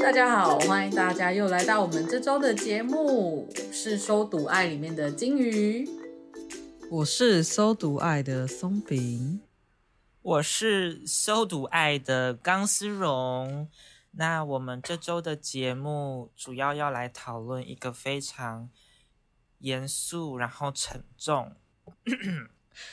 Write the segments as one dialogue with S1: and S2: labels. S1: 大家好，欢迎大家又来到我们这周的节目，是《收赌爱》里面的金鱼。
S2: 我是搜毒爱的松饼，
S3: 我是修读爱的钢丝绒。那我们这周的节目主要要来讨论一个非常严肃，然后沉重，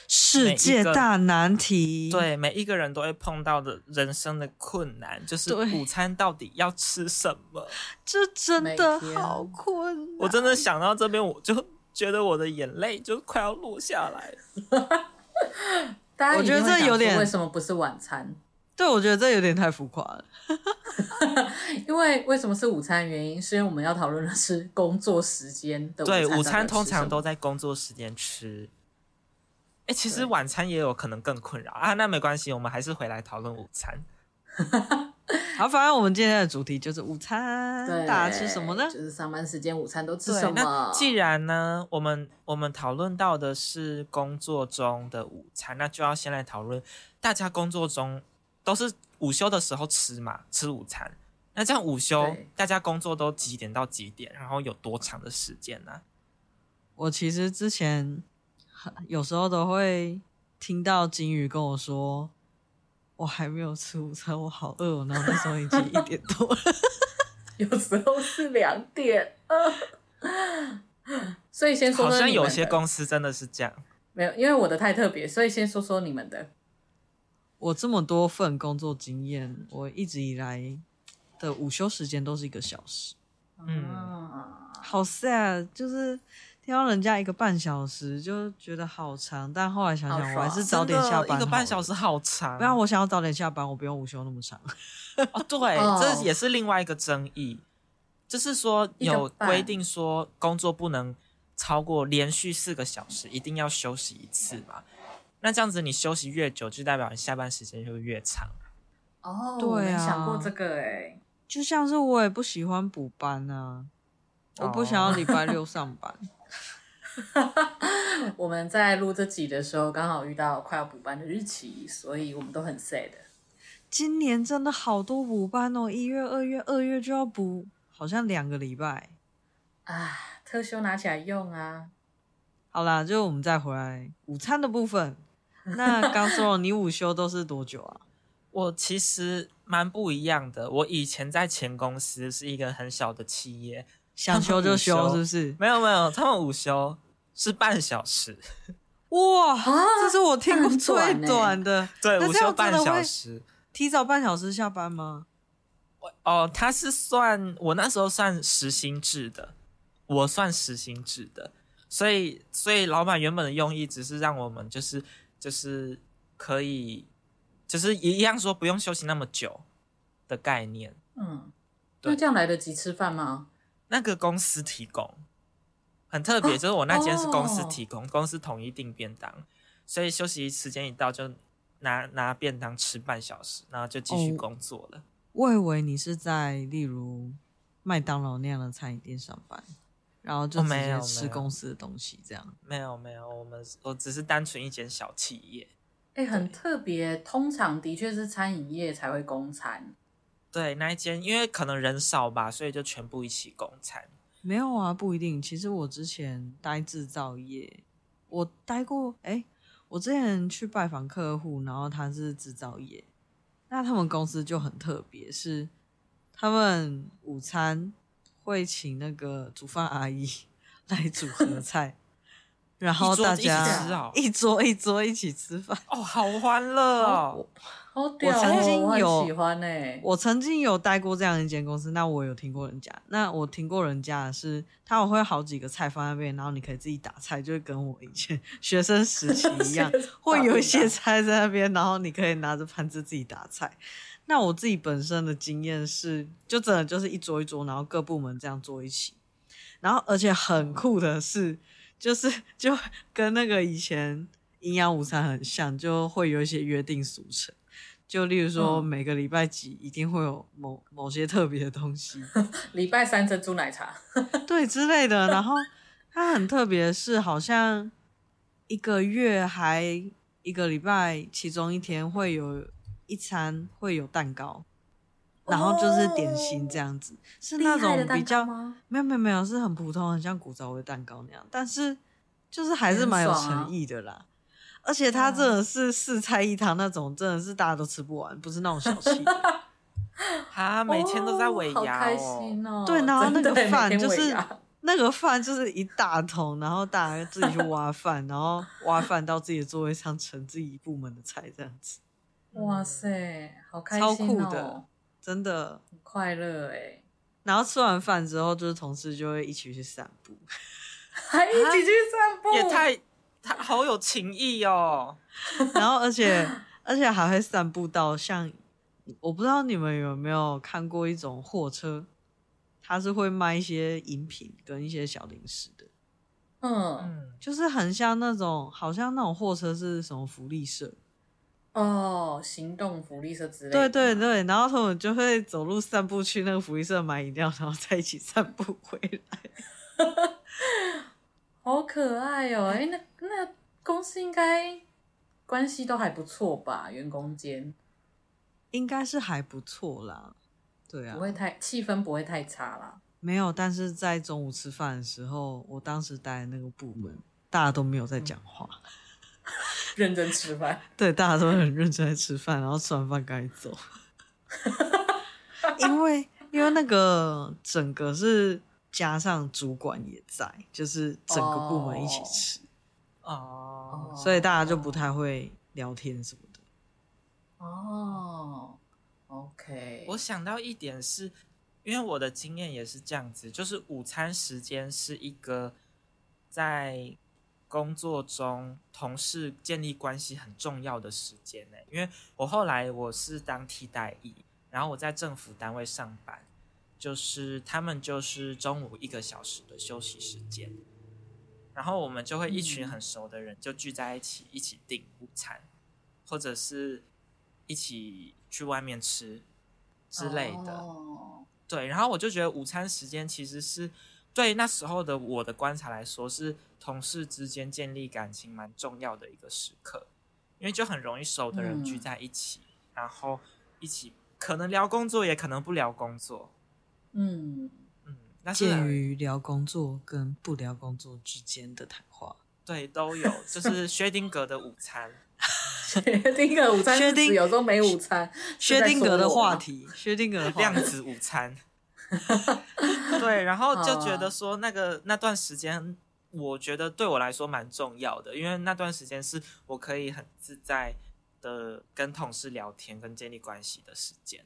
S2: 世界大难题。，
S3: 对每一个人都会碰到的人生的困难，就是
S2: 对
S3: 午餐到底要吃什么。
S2: 这真的
S1: 每天
S2: 好困
S3: 我
S2: 难。
S3: 真的想到这边，我就觉得我的眼泪就快要落下来。
S1: 大家
S2: 我觉得
S1: 一定会
S2: 这
S1: 想
S2: 有
S1: 说
S2: 点
S1: 为什么不是晚餐？
S2: 对，我觉得这有点太浮夸了。
S1: 因为为什么是午餐？原因是因为我们要讨论的是工作时间的
S3: 对，午
S1: 餐
S3: 餐
S1: 到底要
S3: 通
S1: 吃什么
S3: 常都在工作时间吃。哎，其实
S1: 对
S3: 晚餐也有可能更困扰啊，那没关系，我们还是回来讨论午餐。
S2: 好，反正我们今天的主题就是午餐，
S1: 对
S2: 大家吃什么呢？
S1: 就是上班时间午餐都吃
S3: 对，
S1: 什么
S3: 那？既然呢，我们我们讨论到的是工作中的午餐，那就要先来讨论大家工作中都是午休的时候吃嘛，吃午餐。那这样午休
S1: 对，
S3: 大家工作都几点到几点？然后有多长的时间呢、
S2: 我其实之前很有时候都会听到金鱼跟我说，我还没有吃午餐，我好饿、哦。然后那时候已经一点多 了。
S1: 有时候是两点 二。所以先说
S3: 好
S1: 说
S3: 像
S1: 你们
S3: 有
S1: 的
S3: 些公司真的是这样。
S1: 没有，因为我的太特别，所以先说说你们的。
S2: 我这么多份工作经验，我一直以来的午休时间都是一个小时，
S3: 嗯
S1: 啊，
S2: 好 sad，就是听到人家一个半小时就觉得好长，但后来想
S1: 好
S2: 想，
S1: 爽
S2: 我还是早点
S3: 真的
S2: 下班好
S3: 一
S2: 了，
S3: 个半小时好长。
S2: 不然我想要早点下班，我不用午休那么长。
S3: 哦，对，
S1: 哦
S3: 这也是另外一个争议，就是说
S1: 一个
S3: 有
S1: 半
S3: 规定说工作不能超过连续四个小时，一定要休息一次嘛。那这样子你休息越久，就代表你下班时间就会越长。
S1: 哦，
S2: 对啊
S1: 我没想过这个哎、
S2: 就像是我也不喜欢补班啊，我不想要礼
S3: 哦
S2: 拜六上班。
S1: 我们在录这集的时候，刚好遇到快要补班的日期，所以我们都很 sad。
S2: 今年真的好多补班哦，一月、二月、二月就要补，好像两个礼拜。
S1: 啊，特休拿起来用啊！
S2: 好啦，就我们再回来午餐的部分。那刚说了你午休都是多久啊？
S3: 我其实蛮不一样的，我以前在前公司是一个很小的企业，
S2: 想休就
S3: 午
S2: 休，
S3: 休
S2: 是不是？
S3: 没有没有，他们午休是半小时，
S2: 哇，
S1: 啊，
S2: 这是我听过最
S1: 那很短欸
S2: 短的。
S3: 对，
S2: 那
S3: 午
S2: 这样
S3: 休半
S2: 真的会
S3: 小时。
S2: 提早半小时下班吗？
S3: 哦，他是算我那时候算时薪制的，我算时薪制的，所以所以老板原本的用意只是让我们就是就是可以就是一样说不用休息那么久的概念，
S1: 嗯，
S3: 对
S1: 那这样来得及吃饭吗？
S3: 那个公司提供很特别，就是我那间是公司提供，公司统一订便当，所以休息时间一到就拿拿便当吃半小时，然后就继续
S2: 哦
S3: 工作了。
S2: 我以为你是在例如麦当劳那样的餐饮店上班，然后就
S3: 哦
S2: 直
S3: 没
S2: 接
S3: 有
S2: 吃
S3: 没有
S2: 公司的东西这样。
S3: 没有没有，我们我只是单纯一间小企业。
S1: 哎、很特别。通常的确是餐饮业才会供餐，
S3: 对，那一间因为可能人少吧，所以就全部一起共餐。
S2: 没有啊，不一定。其实我之前待制造业，我待过，哎、我之前去拜访客户，然后他是制造业，那他们公司就很特别，是他们午餐会请那个煮饭阿姨 来煮合菜，然后
S3: 一桌
S2: 大
S3: 子一起
S2: 家
S3: 吃哦
S2: 一桌一桌一起吃饭。
S3: 哦，好欢乐哦！
S1: 好屌、哦！
S2: 我曾经
S1: 我很
S2: 有
S1: 喜欢哎、，
S2: 我曾经有待过这样一间公司，那我有听过人家，那我听过人家的是，他们会好几个菜放在那边，然后你可以自己打菜，就跟我以前 学生时期一样
S1: 是
S2: 会有一些
S1: 打
S2: 菜在那边，然后你可以拿着盘子自己打菜。那我自己本身的经验是，就真的就是一桌一桌，然后各部门这样坐一起，然后而且很酷的是，就是 就跟那个以前营养午餐很像，就会有一些约定俗成。就例如说，
S1: 嗯
S2: 每个礼拜几一定会有某某些特别的东西，
S1: 礼拜三珍珠奶茶，
S2: 对之类的。然后它很特别的是，好像一个月还一个礼拜，其中一天会有一餐会有蛋糕，然后就是点心这样子，是 那
S1: 厉害的
S2: 种
S1: 蛋
S2: 比
S1: 糕
S2: 较
S1: 吗
S2: 没有没有没有，是很普通，很像古早味蛋糕那样，但是就是还是蛮有
S1: 啊
S2: 诚意的啦。而且它真的是四菜一汤那种，真的是大家都吃不完，不是那种小气的。
S3: 啊，每天都在尾
S1: 哦哦好
S3: 牙
S1: 开
S3: 哦。
S1: 心哦！
S2: 对，然后那
S1: 真
S2: 个
S1: 的每
S2: 饭
S1: 天
S2: 就
S1: 尾
S2: 是
S1: 牙
S2: 那个饭就是一大桶，然后大家自己去挖饭，然后挖饭到自己的座位上盛自己部门的菜，这样子
S1: 哇塞，好开心
S2: 超
S1: 哦！
S2: 酷的，真的。
S1: 很快乐哎，
S2: 然后吃完饭之后，就是同事就会一起去散步，
S1: 还一
S2: 啊
S1: 起去散步，
S3: 也太他好有情谊哦。
S2: 然后而且 而且还会散步到像我不知道你们有没有看过一种货车，它是会卖一些饮品跟一些小零食的，
S1: 嗯
S3: 嗯，
S2: 就是很像那种好像那种货车是什么福利社，
S1: 哦，行动福利社之类的，
S2: 对对对，然后他们就会走路散步去那个福利社买饮料，然后再一起散步回来。
S1: 好可爱哦！哎，那那公司应该关系都还不错吧？员工间
S2: 应该是还不错啦，对啊
S1: 不，会太气氛不会太差啦。
S2: 没有，但是在中午吃饭的时候，我当时待的那个部
S1: 嗯
S2: 门，大家都没有在讲话，
S1: 认真吃饭，
S2: 对，大家都很认真在吃饭，然后吃完饭赶紧走，因为因为那个整个是加上主管也在，就是整个部门一起
S1: 哦
S2: 吃，
S3: 哦，
S2: 所以大家就不太会聊天什么的。
S1: 哦，OK，
S3: 我想到一点是，因为我的经验也是这样子，就是午餐时间是一个在工作中同事建立关系很重要的时间呢、因为我后来我是当替代役，然后我在政府单位上班，就是他们就是中午一个小时的休息时间，然后我们就会一群很熟的人就聚在一起，一起订午餐，或者是一起去外面吃之类的。
S1: 哦
S3: 对，然后我就觉得午餐时间其实是对那时候的我的观察来说，是同事之间建立感情蛮重要的一个时刻，因为就很容易熟的人聚
S1: 嗯
S3: 在一起，然后一起可能聊工作，也可能不聊工作。
S1: 嗯，
S3: 嗯，那是
S2: 介
S3: 很
S2: 于聊工作跟不聊工作之间的谈 话。
S3: 对都有，就是薛定谔的午餐。
S1: 薛定谔午餐是
S2: 薛定
S1: 指有时候没午餐，
S2: 薛定谔的话
S1: 题。
S2: 题，薛定谔 的话
S3: 量
S2: 题，
S3: 子午啊餐。 对，然后就觉
S1: 好啊
S3: 得说那个那段时间，我觉得对我来说蛮重要的，因为那段时间是我可以很自在的跟同事聊天、跟建立关系的时间。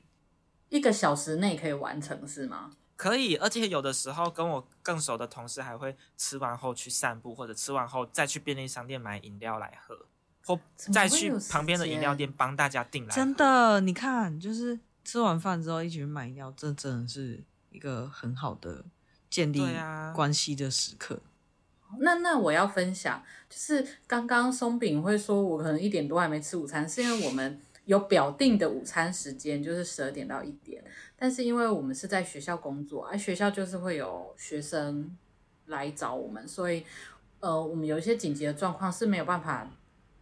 S1: 一个小时内可以完成是吗？
S3: 可以，而且有的时候跟我更熟的同事还会吃完后去散步，或者吃完后再去便利商店买饮料来喝，或
S1: 怎么
S3: 再
S1: 会
S3: 去
S1: 有时
S3: 旁边的饮料
S1: 间
S3: 店帮大家订来喝。
S2: 真的，你看，就是吃完饭之后一起去买饮料，这真的是一个很好的建立
S3: 对啊
S2: 关系的时刻。
S1: 那那我要分享，就是刚刚松饼会说，我可能一点多还没吃午餐，是因为我们有表定的午餐时间，就是十二点到一点。但是因为我们是在学校工作，啊，学校就是会有学生来找我们，所以呃，我们有一些紧急的状况是没有办法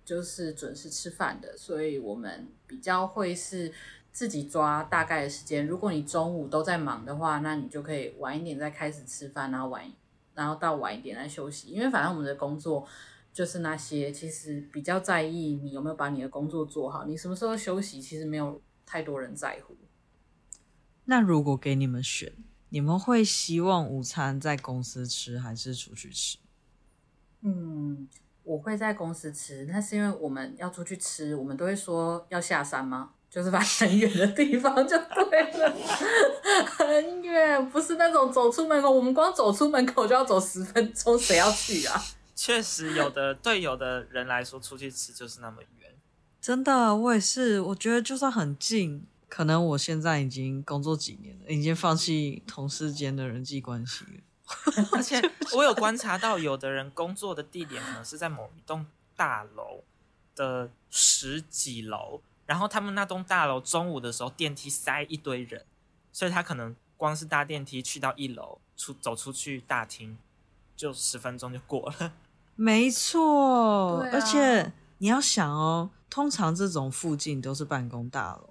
S1: 就是准时吃饭的，所以我们比较会是自己抓大概的时间。如果你中午都在忙的话，那你就可以晚一点再开始吃饭，然后晚一然后到晚一点再休息，因为反正我们的工作就是那些，其实比较在意你有没有把你的工作做好，你什么时候休息，其实没有太多人在乎。
S2: 那如果给你们选，你们会希望午餐在公司吃还是出去吃？
S1: 嗯，我会在公司吃，那是因为我们要出去吃，我们都会说要下山吗？ 就是反正很远的地方就对了， 很远，不是那种走出门口，我们光走出门口就要走十分钟，谁要去啊？
S3: 确实，有的对有的人来说，出去吃就是那么远。
S2: 真的，我也是，我觉得就算很近，可能我现在已经工作几年了，已经放弃同事间的人际关系了。
S3: 而 且我有观察到，有的人工作的地点可能是在某一栋大楼的十几楼，然后他们那栋大楼中午的时候电梯塞一堆人，所以他可能光是搭电梯去到一楼，出走出去大厅就十分钟就过了。
S2: 没错，
S1: 对啊
S2: 而且你要想哦，通常这种附近都是办公大楼，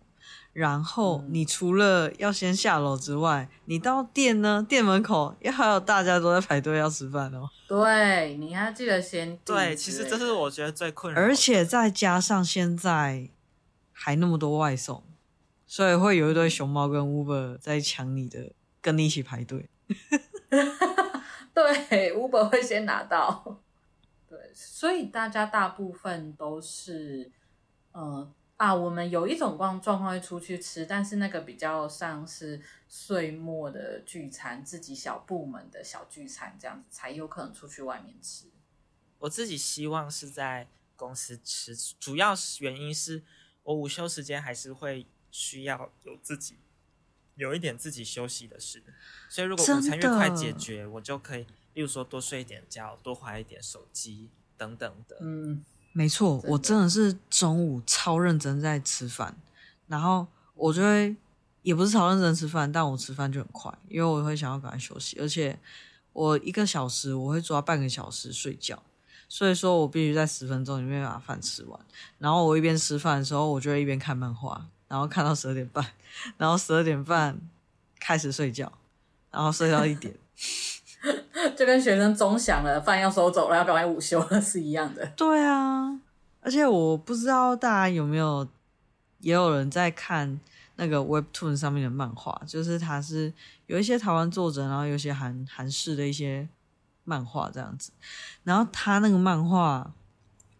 S2: 然后
S1: 嗯
S2: 你除了要先下楼之外，你到店呢，店门口也还有大家都在排队要吃饭哦，
S1: 对，你还要记得先订之
S3: 对，其实
S1: 类
S3: 这是
S1: 的
S3: 我觉得最困
S1: 啊
S3: 扰的。
S2: 而且再加上现在还那么多外送，所以会有一堆熊猫跟 Uber 在抢你的，跟你一起排队。
S1: 对 Uber 会先拿到。对，所以大家大部分都是，呃啊，我们有一种状状况会出去吃，但是那个比较像是岁末的聚餐，自己小部门的小聚餐这样子，才有可能出去外面吃。
S3: 我自己希望是在公司吃，主要是原因是我午休时间还是会需要有自己有一点自己休息的事，所以如果午餐
S2: 真
S3: 越
S2: 的
S3: 快解决，我就可以，例如说多睡一点觉，多划一点手机等等的。
S1: 嗯，
S2: 没错，
S1: 真的
S2: 我真的是中午超认真在吃饭，然后我就会也不是超认真吃饭，但我吃饭就很快，因为我会想要赶快休息，而且我一个小时我会抓半个小时睡觉，所以说我必须在十分钟里面把饭吃完。然后我一边吃饭的时候，我就会一边看漫画，然后看到十二点半，然后十二点半开始睡觉，然后睡到一点。
S1: 就跟学生钟响了，饭要收走了，要赶快午休了是一样的。
S2: 对啊，而且我不知道大家有没有，也有人在看那个 Webtoon 上面的漫画，就是它是有一些台湾作者，然后有一些韩韩式的一些漫画这样子。然后他那个漫画，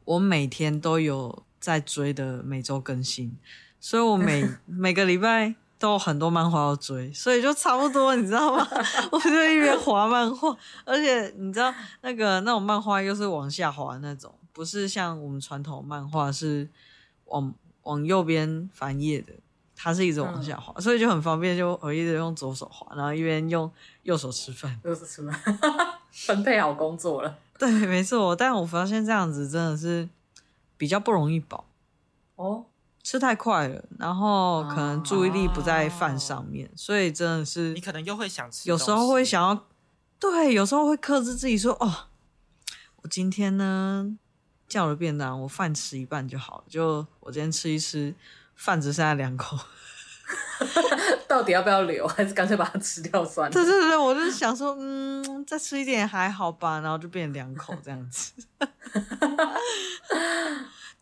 S2: 我每天都有在追的，每周更新，所以我每每个礼拜。都有很多漫画要追，所以就差不多，你知道吗？ 我就一边滑漫画，而且你知道那个那种漫画又是往下滑那种，不是像我们传统漫画是往往右边翻页的，它是一直往下滑，所以就很方便，就我一直用左手滑，然后一边用右手吃饭。
S1: 就是什么分配好工作了。
S2: 对，没错，但我发现这样子真的是比较不容易饱，
S1: 哦，
S2: 吃太快了，然后可能注意力不在饭上面，所以真的是
S3: 哦你可能又会想吃，
S2: 有时候会，想要，对，有时候会克制自己说，哦，我今天呢叫了便当，我饭吃一半就好了，就我今天吃一吃，饭只剩下两口。
S1: 到底要不要留，还是干脆把它吃掉算了？
S2: 对对对，我就是想说，嗯，再吃一点还好吧，然后就变两口这样子。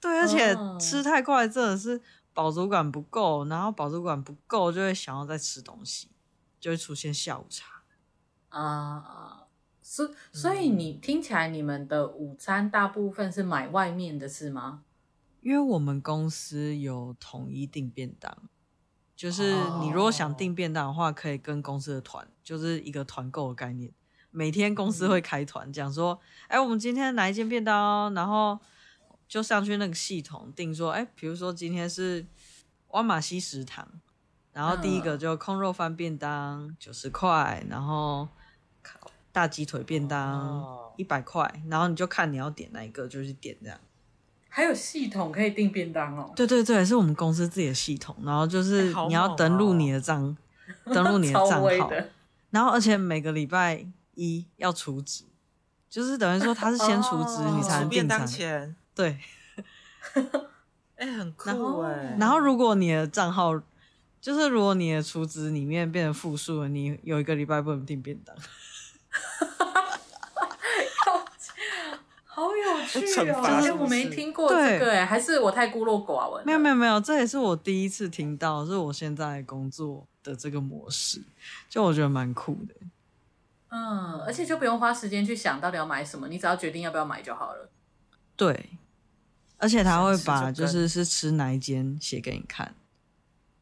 S2: 对，而且
S1: 哦
S2: 吃太快真的是饱足感不够，然后饱足感不够就会想要再吃东西，就会出现下午茶。
S1: 啊啊，所所以你听起来你们的午餐大部分是买外面的是吗？
S2: 因为我们公司有统一订便当，就是
S1: 哦
S2: 你如果想订便当的话，可以跟公司的团，就是一个团购的概念。每天公
S1: 嗯
S2: 司会开团，讲说，哎、我们今天哪一间便当哦，然后就上去那个系统订说，哎、比如说今天是万马西食堂，然后第一个
S1: 嗯
S2: 就空肉饭便当九十块，然后烤大鸡腿便当
S3: 哦
S2: 一百块，然后你就看你要点哪一个，就去点这样。
S1: 还有系统可以订便当哦，
S2: 对对对，是我们公司自己的系统，然后就是
S3: 哎好
S2: 你要
S3: 猛
S2: 登录
S3: 哦
S2: 你的账， 登录你的账
S1: 哦超威
S2: 号，
S1: 的，
S2: 然后而且每个礼拜一要储值，就是等于说他是先储值、
S1: 哦
S2: 你才
S3: 吃
S2: 能
S3: 便
S2: 订餐
S3: 当。前，
S2: 对，
S3: 哎、很
S2: 然
S3: 酷哎、
S2: 然后如果你的账号就是如果你的储值里面变成负数了，你有一个礼拜不能订便当。
S1: 好有趣
S3: 惩
S1: 哦！
S3: 罚
S1: 哎
S3: 是不是
S1: 我没听过这个哎，还是我太孤陋寡闻了？
S2: 没有没有没有，这也是我第一次听到，是我现在工作的这个模式，就我觉得蛮酷的。
S1: 嗯，而且就不用花时间去想到底要买什么，你只要决定要不要买就好了。
S2: 对，而且他会
S3: 省事
S2: 把
S3: 就
S2: 就
S3: 跟
S2: 是是吃哪一间写给你看。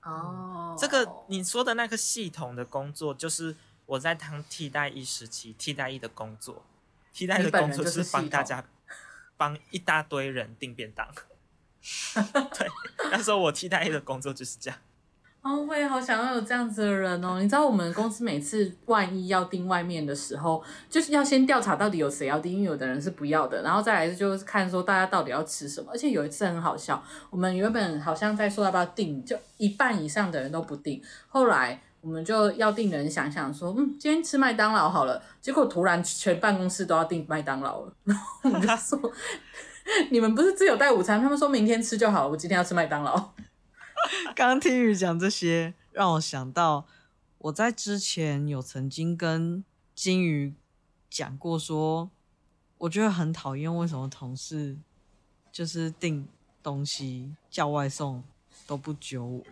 S1: 哦，
S3: 这个你说的那个系统的工作，就是我在当替代役时期替代役的工作，替代役的工作
S1: 你本人就是系统
S3: 帮大家帮一大堆人订便 当。对，那时候我替代役的工作就是这样。
S1: 哦，我也好想要有这样子的人哦！你知道我们公司每次万一要订外面的时候，就是要先调查到底有谁要订，因为有的人是不要的，然后再来就是看说大家到底要吃什么。而且有一次很好笑，我们原本好像在说要不要订，就一半以上的人都不订，后来。我们就要订的人想想说，嗯，今天吃麦当劳好了。结果突然全办公室都要订麦当劳了， 然后我们就 说，你们不是只有带午餐？他们说明天吃就好了，我今天要吃麦当劳。
S2: 刚听雨讲这些，让我想到我在之前有曾经跟金鱼讲过说我觉得很讨厌为什么同事就是订东西叫外送都不揪我。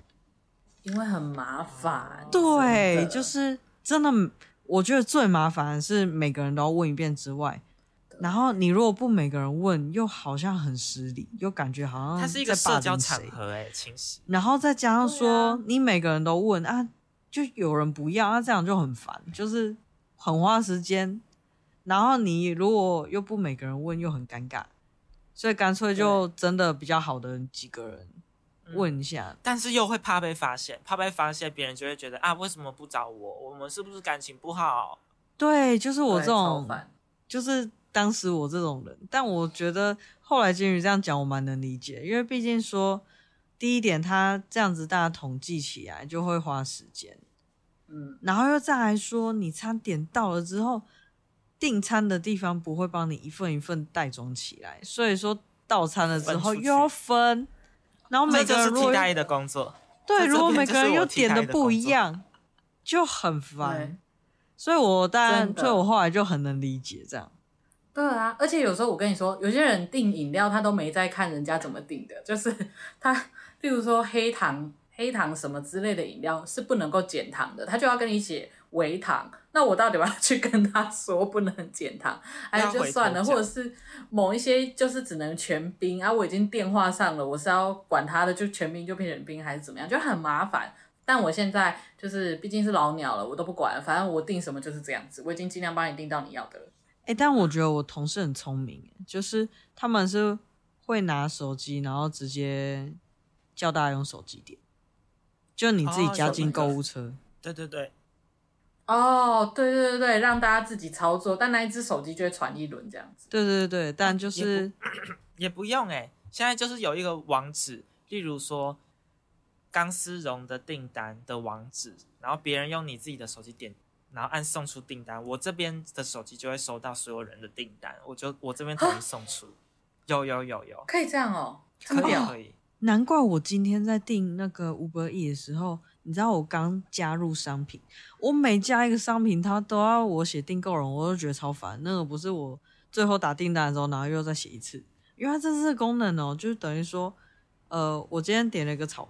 S1: 因为很麻烦。
S2: 对
S1: 真，的
S2: 就是真的，我觉得最麻烦的是每个人都要问一遍之外，然后你如果不每个人问，又好像很失礼，又感觉好像
S3: 它是一个
S2: 哦在霸
S3: 社交
S2: 凌
S3: 场
S2: 谁
S3: 合、欸，哎，清洗。
S2: 然后再加上说、
S1: 对啊
S2: 你每个人都问啊，就有人不要啊，这样就很烦，就是很花时间。然后你如果又不每个人问，又很尴尬，所以干脆就真的比较好的几个人
S1: 嗯
S2: 问一下。
S3: 嗯但是又会怕被发现，怕被发现，别人就会觉得啊，为什么不找我？我们是不是感情不好？
S2: 对，就是我
S1: 对
S2: 这种
S1: 超烦
S2: 就是当时我这种人，但我觉得后来金鱼这样讲，我蛮能理解，因为毕竟说第一点，他这样子大家统计起来就会花时间，
S1: 嗯，
S2: 然后又再来说，你餐点到了之后，订餐的地方不会帮你一份一份袋装起来，所以说到餐了之后
S3: 分出去
S2: 又要分，然后每
S3: 这
S2: 个
S3: 就是
S2: 人如
S3: 替
S2: 果
S3: 代役的工作。这
S2: 对，如果
S3: 这
S2: 每
S3: 边
S2: 个人
S3: 就是
S2: 又
S3: 我替代
S2: 点的
S3: 的
S2: 不
S3: 工
S2: 一
S3: 作
S2: 样，就很烦
S1: 对。
S2: 所以我当然，
S1: 真的
S2: 所以我后来就很能理解这样。
S1: 对啊，而且有时候我跟你说，有些人订饮料他都没在看人家怎么订的， 就是他，例如说黑糖、黑糖什么之类的饮料是不能够减糖的，他就要跟你写微糖。那我到底要不要去跟他说不能减 糖？哎，
S3: 要回
S1: 就
S3: 头
S1: 算了，
S3: 讲
S1: 或者是某一些就是只能全冰啊，我已经电话上了，我是要管他的，就全冰就变成冰还是怎么样，就很麻烦。但我现在就是毕竟是老鸟了，我都不管，反正我订什么就是这样子，我已经尽量帮你订到你要的了。
S2: 哎、但
S3: 嗯
S2: 我觉得我同事很聪明耶，就是他们是会拿手机，然后直接叫大家用手机点，就你自己
S3: 哦
S2: 加
S3: 手
S2: 进
S3: 机
S2: 购物车。
S3: 对对对，
S1: 哦，对对对对，让大家自己操作，但那一只手机就会传一轮这样子。
S2: 对对对，
S3: 啊
S2: 但就是
S3: 也不用哎、现在就是有一个网址，例如说钢丝绒的订单的网址，然后别人用你自己的手机点，然后按送出订单，我这边的手机就会收到所有人的订单，我就我这边统一送出。
S2: 啊
S3: 有有有有，
S1: 可以这样哦，这
S3: 可
S1: 么
S3: 以啊
S1: 屌
S3: 可以，
S2: 难怪我今天在订那个 Uber E 的时候，你知道我刚加入商品，我每加一个商品，他都要我写订购人，我都觉得超烦。那个不是我最后打订单的时候，然后又再写一次，因为它这次的功能哦，就是等于说，呃，我今天点了一个炒，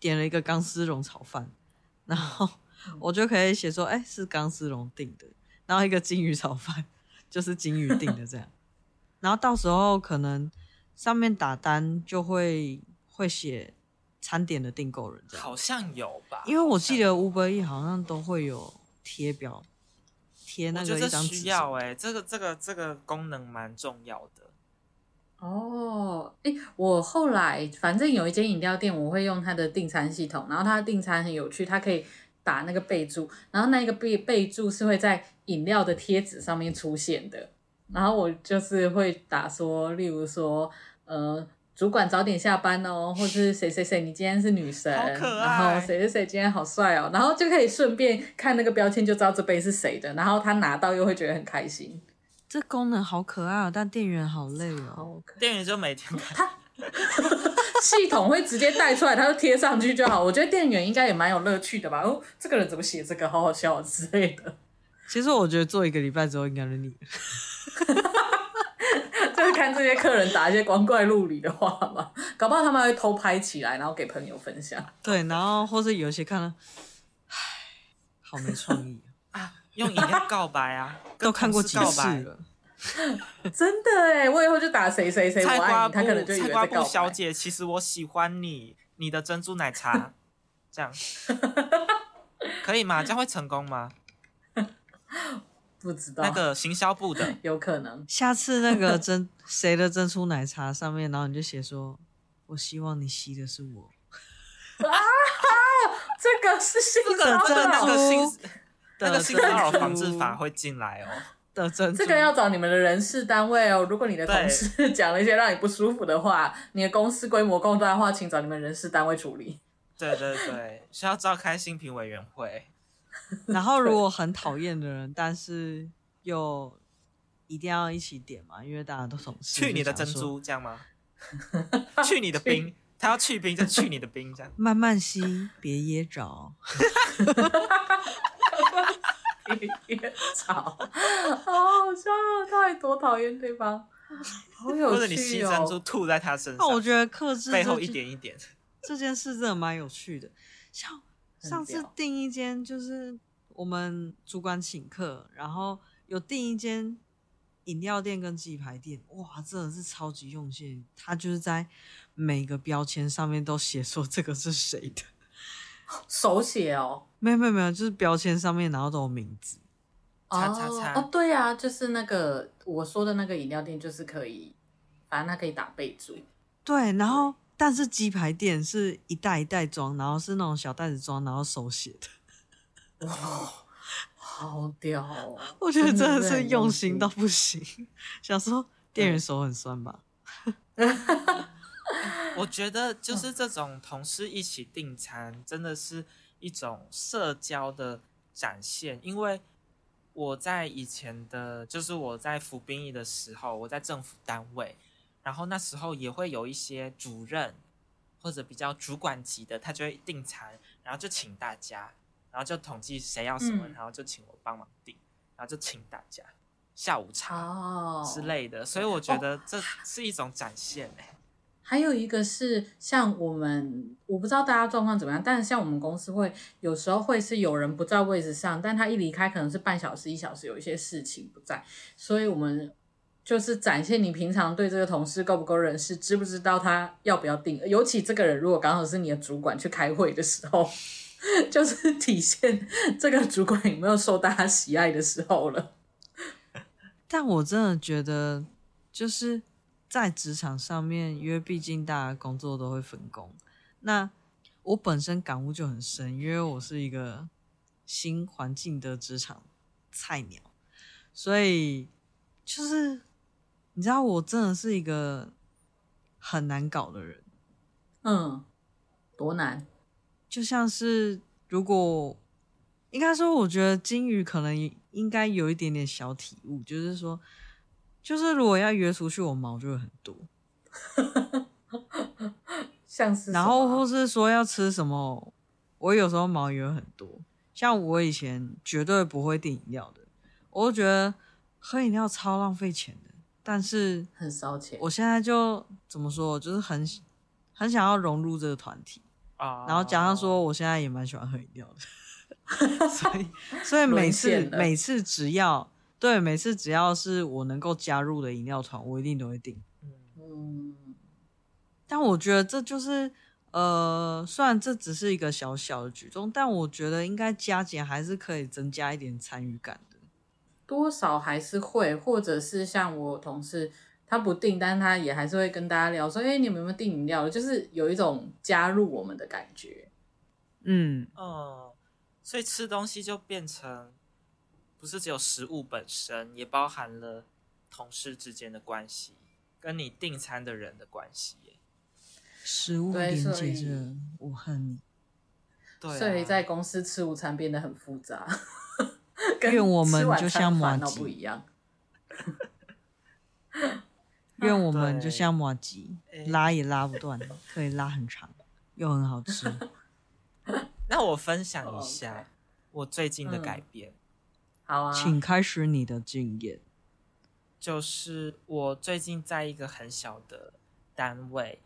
S2: 点了一个钢丝绒炒饭，然后我就可以写说，哎、是钢丝绒订的，然后一个金鱼炒饭就是金鱼订的这样，然后到时候可能上面打单就会会写餐点的订购人这样，
S3: 好像有吧？
S2: 因为我记得
S3: 好像有
S2: Uber E 好像都会有贴标，贴那
S3: 我觉
S2: 个一
S3: 得
S2: 张
S3: 这
S2: 纸
S3: 需
S2: 上
S3: 要哎、这个这个这个功能蛮重要的。
S1: 哦，诶，我后来反正有一间饮料店，我会用它的订餐系统，然后它的订餐很有趣，它可以打那个备注，然后那个备备注是会在饮料的贴纸上面出现的，然后我就是会打说，例如说，呃。主管早点下班哦，或是谁谁谁，你今天是女神，
S3: 好可爱
S1: 然后谁谁谁今天好帅哦，然后就可以顺便看那个标签就知道这杯是谁的，然后他拿到又会觉得很开心。
S2: 这功能好可爱、哦，但店员好累哦。
S1: 好可
S3: 店员就每天看，
S1: 系统会直接带出来，它就贴上去就好。我觉得店员应该也蛮有乐趣的吧？哦，这个人怎么写这个，好好笑之类的，
S2: 其实我觉得做一个礼拜之后应该是 你，
S1: 就是看这些客人打一些光怪陆离的话嘛，搞不好他们还会偷拍起来，然后给朋友分享。
S2: 对，然后或是有一些看了，唉，好没创 意哦，
S3: 啊用饮料告白啊，跟
S2: 都看过
S3: 同
S2: 几
S3: 事告
S2: 次
S3: 白。
S2: 了。
S1: 真的哎，我以后就打谁谁谁我
S3: 菜
S1: 爱
S3: 瓜
S1: 你，
S3: 布
S1: 他可能就以为
S3: 菜
S1: 在
S3: 瓜
S1: 告
S3: 布
S1: 白。
S3: 小姐，其实我喜欢你，你的珍珠奶茶，这样可以吗？这样会成功吗？
S1: 不知道
S3: 那个行销部 的，
S1: 有可能
S2: 下次那 个珍谁的珍珠奶茶上面，然后你就写说，我希望你吸的是我。
S1: 这个是性
S3: 这
S1: 骚
S3: 个这个那
S1: 扰，
S3: 个
S2: 珍
S3: 性那
S2: 的
S3: 个性骚扰
S2: 珍珠
S3: 防治法会进来哦。
S2: 的珍珠，
S1: 这个要找你们的人事单位哦。如果你的同事讲了一 些让你不舒服的话，你的公司规模够大的话，请找你们人事单位处理。
S3: 对对对，需要召开新品委员会。
S2: 然后如果很讨厌的人，但是又一定要一起点嘛，因为大家都同事。
S3: 去你的
S2: 就想
S3: 珍
S2: 说，
S3: 珠，这样吗？去你的冰，他要去冰就去你的冰这样。
S2: 慢慢吸，别噎着。
S1: 别吵，好好笑哦！到底多讨厌对方？好有趣哦！
S3: 或者你吸珍珠吐在他身
S2: 那
S3: 上，
S2: 我觉得克制
S3: 背
S2: 这
S3: 后一
S2: 件
S3: 点一点。
S2: 这件事真的蛮有趣的。像
S1: 很
S2: 上次
S1: 屌
S2: 订一间，就是我们主管请客，然后有订一间饮料店跟鸡排店，哇，真的是超级用心。他就是在每个标签上面都写说这个是谁 的，
S1: 手写哦，
S2: 没有没有没有，就是标签上面然后都有名字。
S3: 叉叉叉
S1: 哦哦，对啊，就是那个我说的那个饮料店，就是可以，反正它可以打备注。
S2: 对，然后但是鸡排店是一袋一袋装，然后是那种小袋子装，然后手写的。
S1: 哇，好屌哦！
S2: 我觉得真的是
S1: 很
S2: 用心到不行，想说店员手很酸吧。
S3: 我觉得就是这种同事一起订餐，真的是一种社交的展现。因为我在以前的，就是我在服兵役的时候，我在政府单位，然后那时候也会有一些主任或者比较主管级的，他就会订餐，然后就请大家，然后就统计谁要什么，
S1: 嗯
S3: 然后就请我帮忙订，然后就请大家下午茶
S1: 哦
S3: 之类的。所以我
S2: 哦
S3: 觉得这是一种展现、欸，
S1: 还有一个是像我们，我不知道大家状况怎么样，但是像我们公司会有时候会是有人不在位置上，但他一离开可能是半小时一小时，有一些事情不在，所以我们就是展现你平常对这个同事够不够认识，知不知道他要不要定。尤其这个人如果刚好是你的主管去开会的时候， 就是体现这个主管有没有受大家喜爱的时候了。
S2: 但我真的觉得，就是在职场上面，因为毕竟大家工作都会分工。那我本身感悟就很深，因为我是一个新环境的职场菜鸟，所以就是你知道，我真的是一个很难搞的人。
S1: 嗯，多难
S2: 就像是如果应该说，我觉得金鱼可能应该有一点点小体悟，就是说，就是如果要约出去，我毛就会很多，
S1: 像是什么
S2: 然
S1: 啊
S2: 后或是说要吃什么，我有时候毛也会很多。像我以前绝对不会订饮料的，我就觉得喝饮料超浪费钱的，但是
S1: 很烧钱，
S2: 我现在就怎么说，就是很很想要融入这个团体。
S3: 啊，
S2: 然后加上
S1: 哦
S2: 说，我现在也蛮喜欢喝饮料的，所以所以每
S1: 沦
S2: 次
S1: 陷了
S2: 每次只要对每次只要是我能够加入的饮料团，我一定都会订。
S3: 嗯
S1: 嗯。
S2: 但我觉得这就是呃，虽然这只是一个小小的举动，但我觉得应该加减还是可以增加一点参与感的。
S1: 多少还是会，或者是像我同事，他不订，但他也还是会跟大家聊说，哎、你们有没有订饮料？就是有一种加入我们的感觉。
S2: 嗯，
S3: 嗯，所以吃东西就变成不是只有食物本身，也包含了同事之间的关系，跟你订餐的人的关系耶。
S2: 食物
S1: 对
S2: 连
S1: 所
S2: 接
S1: 以
S2: 着我和你，
S3: 对、啊，
S1: 所以在公司吃午餐变得很复 杂，跟
S2: 愿我们
S1: 吃晚
S2: 就
S1: 餐
S2: 像
S1: 的
S2: 麻
S1: 烦恼
S2: 吉
S1: 不一样。
S2: 愿我们就
S3: 对
S2: 像马吉，
S3: 哎
S2: 拉也拉不断，可以拉很长，又很好吃。
S3: 那我分享一
S1: 哦，OK 嗯
S3: 下我最近的改变，
S1: 好啊，
S2: 请开始你的经验。
S3: 就是我最近在一个很小的单位，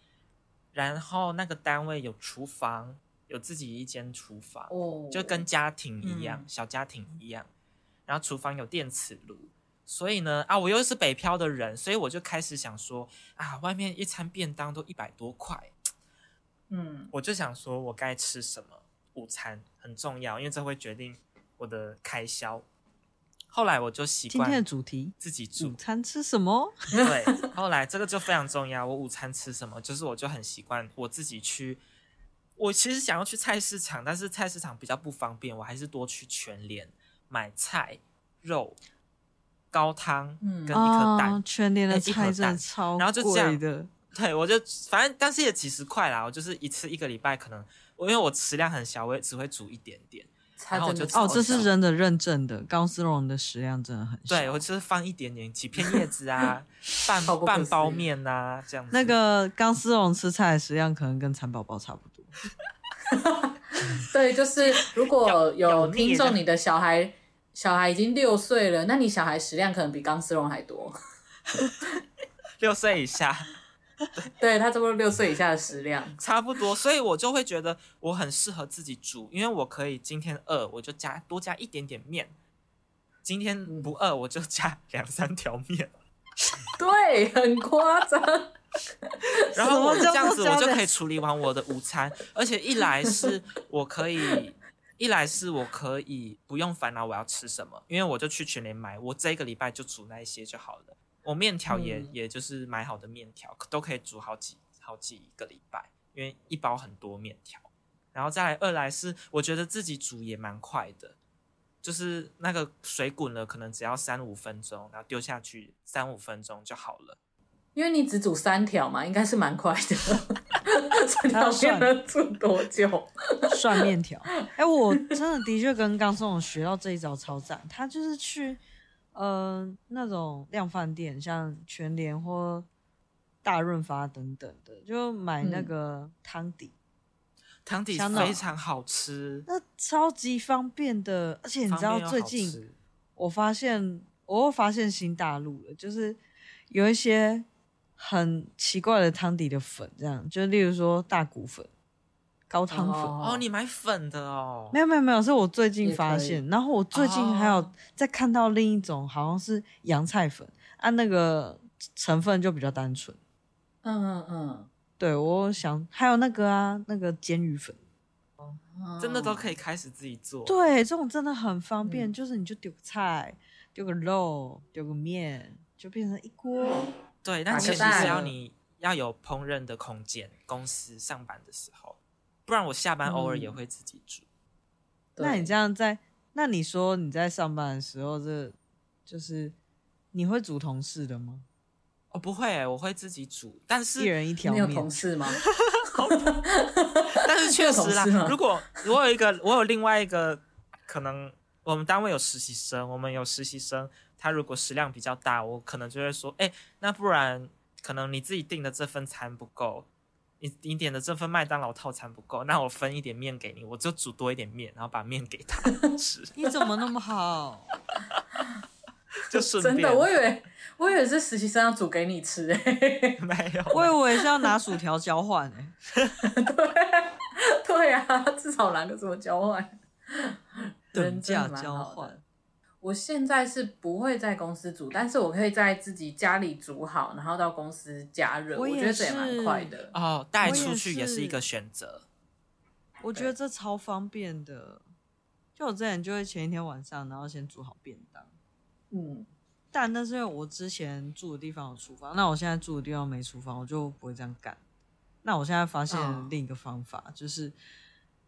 S3: 然后那个单位有厨房，有自己一间厨房，
S1: 哦，
S3: 就跟家庭一样，
S1: 嗯
S3: 小家庭一样。然后厨房有电磁炉，所以呢，啊，我又是北漂的人，所以我就开始想说，啊，外面一餐便当都一百多块，
S1: 嗯
S3: 我就想说我该吃什么午餐很重要，因为这会决定我的开销。后来我就习
S2: 今天的
S3: 惯
S2: 主题：
S3: 自己
S2: 午
S3: 煮，
S2: 餐吃什么？
S3: 对，后来这个就非常重要。我午餐吃什么，就是我就很习惯我自己去。我其实想要去菜市场，但是菜市场比较不方便，我还是多去全联买菜、肉、高汤
S1: 嗯
S3: 跟一颗蛋。
S2: 哦全联的
S3: 哎一颗
S2: 菜真的
S3: 蛋
S2: 超
S3: 然后就这样
S2: 贵的，哦
S3: 对，我就反正但是也几十块啦，我就是一次一个礼拜可能，我因为我食量很小，我也只会煮一点点，
S1: 它
S3: 然后
S1: 真
S3: 我
S1: 的
S3: 就
S1: 超
S2: 哦，这
S1: 小
S2: 是真的认证的，高丝绒的食量真的很小。
S3: 对我就是放一点点几片叶子 啊，半
S1: 哦超不可
S3: 半
S1: 思
S3: 包
S1: 议
S3: 面啊这样子。
S2: 那个钢丝绒吃菜的食量可能跟蚕宝宝差不多。
S1: 对， 就是如果
S3: 咬
S1: 有
S3: 腻
S1: 听
S3: 的
S1: 众，你的小孩小孩已经六岁了，那你小孩食量可能比钢丝绒还多。
S3: 六岁以下
S1: 对他差不多六岁以下的食量，
S3: 差不多，所以我就会觉得我很适合自己煮，因为我可以今天饿我就加多加一点点面，今天不饿我就加两三条面，
S1: 对，很夸张。
S3: 然后我
S2: 什
S3: 这
S2: 么叫
S3: 样
S2: 做
S3: 子
S2: 加
S3: 我就
S2: 两
S3: 可以处理完我的午餐，而且一来是我可以。一来是我可以不用烦恼我要吃什么，因为我就去群里买，我这一个礼拜就煮那一些就好了。我面条也、
S1: 嗯
S3: 也就是买好的面条，都可以煮好几好几个礼拜，因为一包很多面条。然后再来二来是，我觉得自己煮也蛮快的，就是那个水滚了，可能只要三五分钟，然后丢下去三五分钟就好了。
S1: 因为你只煮三条嘛，应该是蛮快 的。三
S2: 还要
S1: 条面
S2: 算
S1: 能煮多久？
S2: 涮面条。哎、我真的的确跟刚松勇学到这一招超赞。他就是去呃那种量饭店，像全联或大润发等等的，就买那
S1: 嗯
S2: 个汤底，
S3: 汤底
S2: 香
S3: 非
S2: 浓
S3: 常好吃，
S2: 那超级方便的。而且你
S3: 方
S2: 知道
S3: 便又
S2: 最
S3: 好
S2: 近
S3: 吃
S2: 我发现，我又发现新大陆了，就是有一些很奇怪的汤底的粉，这样就例如说大骨粉、高汤粉。
S3: 哦，你买粉的哦，
S2: 没有没有没有，是我最近
S1: 也
S2: 发
S1: 可以
S2: 现，然后我最近还有
S3: 哦
S2: 再看到另一种，好像是洋菜粉，啊，那个成分就比较单纯。
S1: 嗯嗯
S2: 对我想还有那个啊，那个煎鱼粉，
S1: 嗯，
S3: 真的都可
S1: 以。
S3: 以开始自己做。，
S2: 对，这种真的很方便，
S1: 嗯
S2: 就是你就丢个菜，丢个肉，丢个面，就变成一锅。
S3: 对，但
S1: 打
S3: 前
S1: 个
S3: 提是
S1: 蛋
S3: 要你要有烹饪的空间，公司上班的时候，不然我下班偶尔也
S1: 嗯
S3: 会自己煮。
S2: 那你这
S1: 样，
S2: 样在，那你说你在上班的时候，这就是你会煮同事的吗？
S3: 哦，不会，我会自己煮，但
S2: 一
S3: 是
S2: 人一条
S1: 你有同
S2: 面，
S1: 事吗？
S3: 但是确实啦
S1: 这种事吗，
S3: 如果我有一个，我有另外一个可能，我们单位有实习生，我们有实习生，他如果食量比较大，我可能就会说，哎、那不然可能你自己订的这份餐不够，你你点的这份麦当劳套餐不够，那我分一点面给你，我就煮多一点面，然后把面给他吃，
S2: 你怎么那么好？
S3: 就顺
S1: 真
S3: 便。
S1: 的，我以为我以为是实习生要煮给你吃、 欸。
S3: 没有，
S2: 我以为是要拿薯条交换诶、欸
S1: 对啊，至少拿个什么交换，
S2: 等
S1: 人真的
S2: 价
S1: 蛮
S2: 交
S1: 好的
S2: 换。
S1: 我现在是不会在公司煮，但是我可以在自己家里煮好，然后到公司加热。
S2: 我
S1: 我
S2: 也
S1: 觉得这也
S2: 是
S1: 蛮快的。
S3: 哦，带
S2: 我
S3: 出
S2: 也
S3: 去也是一
S2: 是
S3: 个选择。
S2: 我觉得这超方便的。就我之前就会前一天晚上，然后先煮好便当，
S1: 嗯，
S2: 但那是因为我之前住的地方有厨房，那我现在住的地方没厨房，我就不会这样干。那我现在发
S1: 哦
S2: 现另一个方法，就是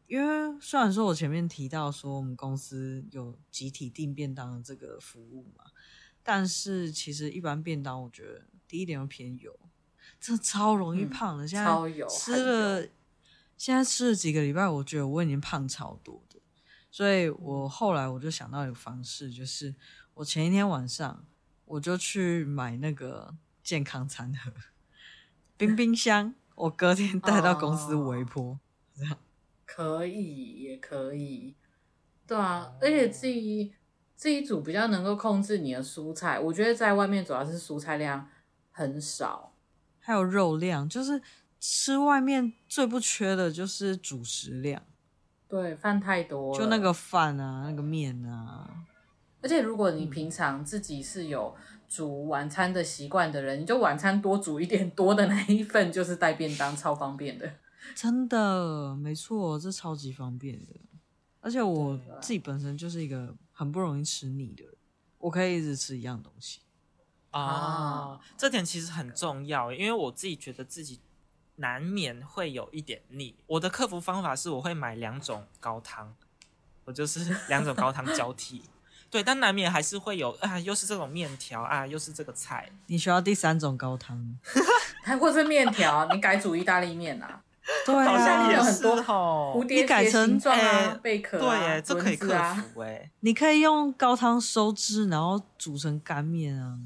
S2: 因为虽然说我前面提到说我们公司有集体订便当的这个服务嘛，但是其实一般便当我觉得第一点又偏油，这超容易
S1: 嗯
S2: 胖的。现在
S1: 超油
S2: 吃了，现在吃了几个礼拜，我觉得我已经胖超多的。所以我
S1: 嗯
S2: 后来我就想到一个方式，就是我前一天晚上我就去买那个健康餐盒，冰冰箱，我隔天带到公司
S1: 哦
S2: 微波。
S1: 可以，也可以。对啊，而且
S3: 哦
S1: 自己自己煮比较能够控制你的蔬菜。我觉得在外面主要是蔬菜量很少。
S2: 还有肉量，就是吃外面最不缺的就是主食量，
S1: 对，饭太多了，
S2: 就那个饭啊，那个面啊，
S1: 而且如果你
S3: 嗯
S1: 平常自己是有煮晚餐的习惯的人，你就晚餐多煮一点，多的那一份就是带便当，超方便的。
S2: 真的没错，这超级方便的。而且我
S1: 对
S3: 啊
S2: 自己本身就是一个很不容易吃腻的人，我可以一直吃一样东西。
S3: 啊
S1: 啊，
S3: 这点其实很重要，欸因为我自己觉得自己难免会有一点腻。我的克服方法是，我会买两种高汤，我就是两种高汤交替。对，但难免还是会有啊，又是这种面条啊，又是这个菜，
S2: 你需要第三种高汤，
S1: 还或是面条，你改煮意大利面啊？
S2: 对
S3: 好
S2: 啊，
S3: 像也
S1: 有很
S3: 是
S1: 多
S3: 哦
S1: 蝴。蝶
S2: 你改
S1: 结
S2: 成
S1: 形状啊
S3: 哎，
S1: 贝壳
S3: 对
S1: 啊，
S3: 耶，这可以
S1: 蚊
S3: 克
S1: 子啊，
S3: 服哎。
S2: 你可以用高汤收汁，然后煮成干面啊。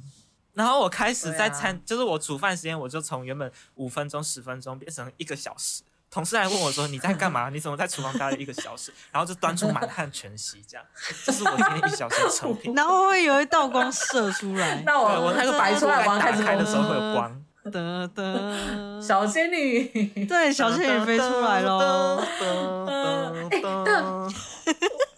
S3: 然后我开始
S1: 对
S3: 在
S1: 啊
S3: 餐，就是我煮饭时间，我就从原本五分钟、十分钟变成一个小时。同事还问我说：“你在 干嘛？你怎么在厨房待了一个小时？”然后就端出满汉全席，这样，这是我今天一小时的 成品。
S2: 然后会有一道光射出来，
S1: 那
S3: 对
S1: 我
S3: 我 那个
S1: 摆
S3: 白
S1: 出
S3: 出
S1: 来
S3: 来
S1: 玩
S3: 打
S1: 开始
S3: 开的
S1: 萌
S3: 时候会有光，
S2: 得 得，
S1: 小仙女，
S2: 对小仙女飞出来喽。
S3: 噔。
S1: 哎
S3: 噔
S1: 但
S3: 啊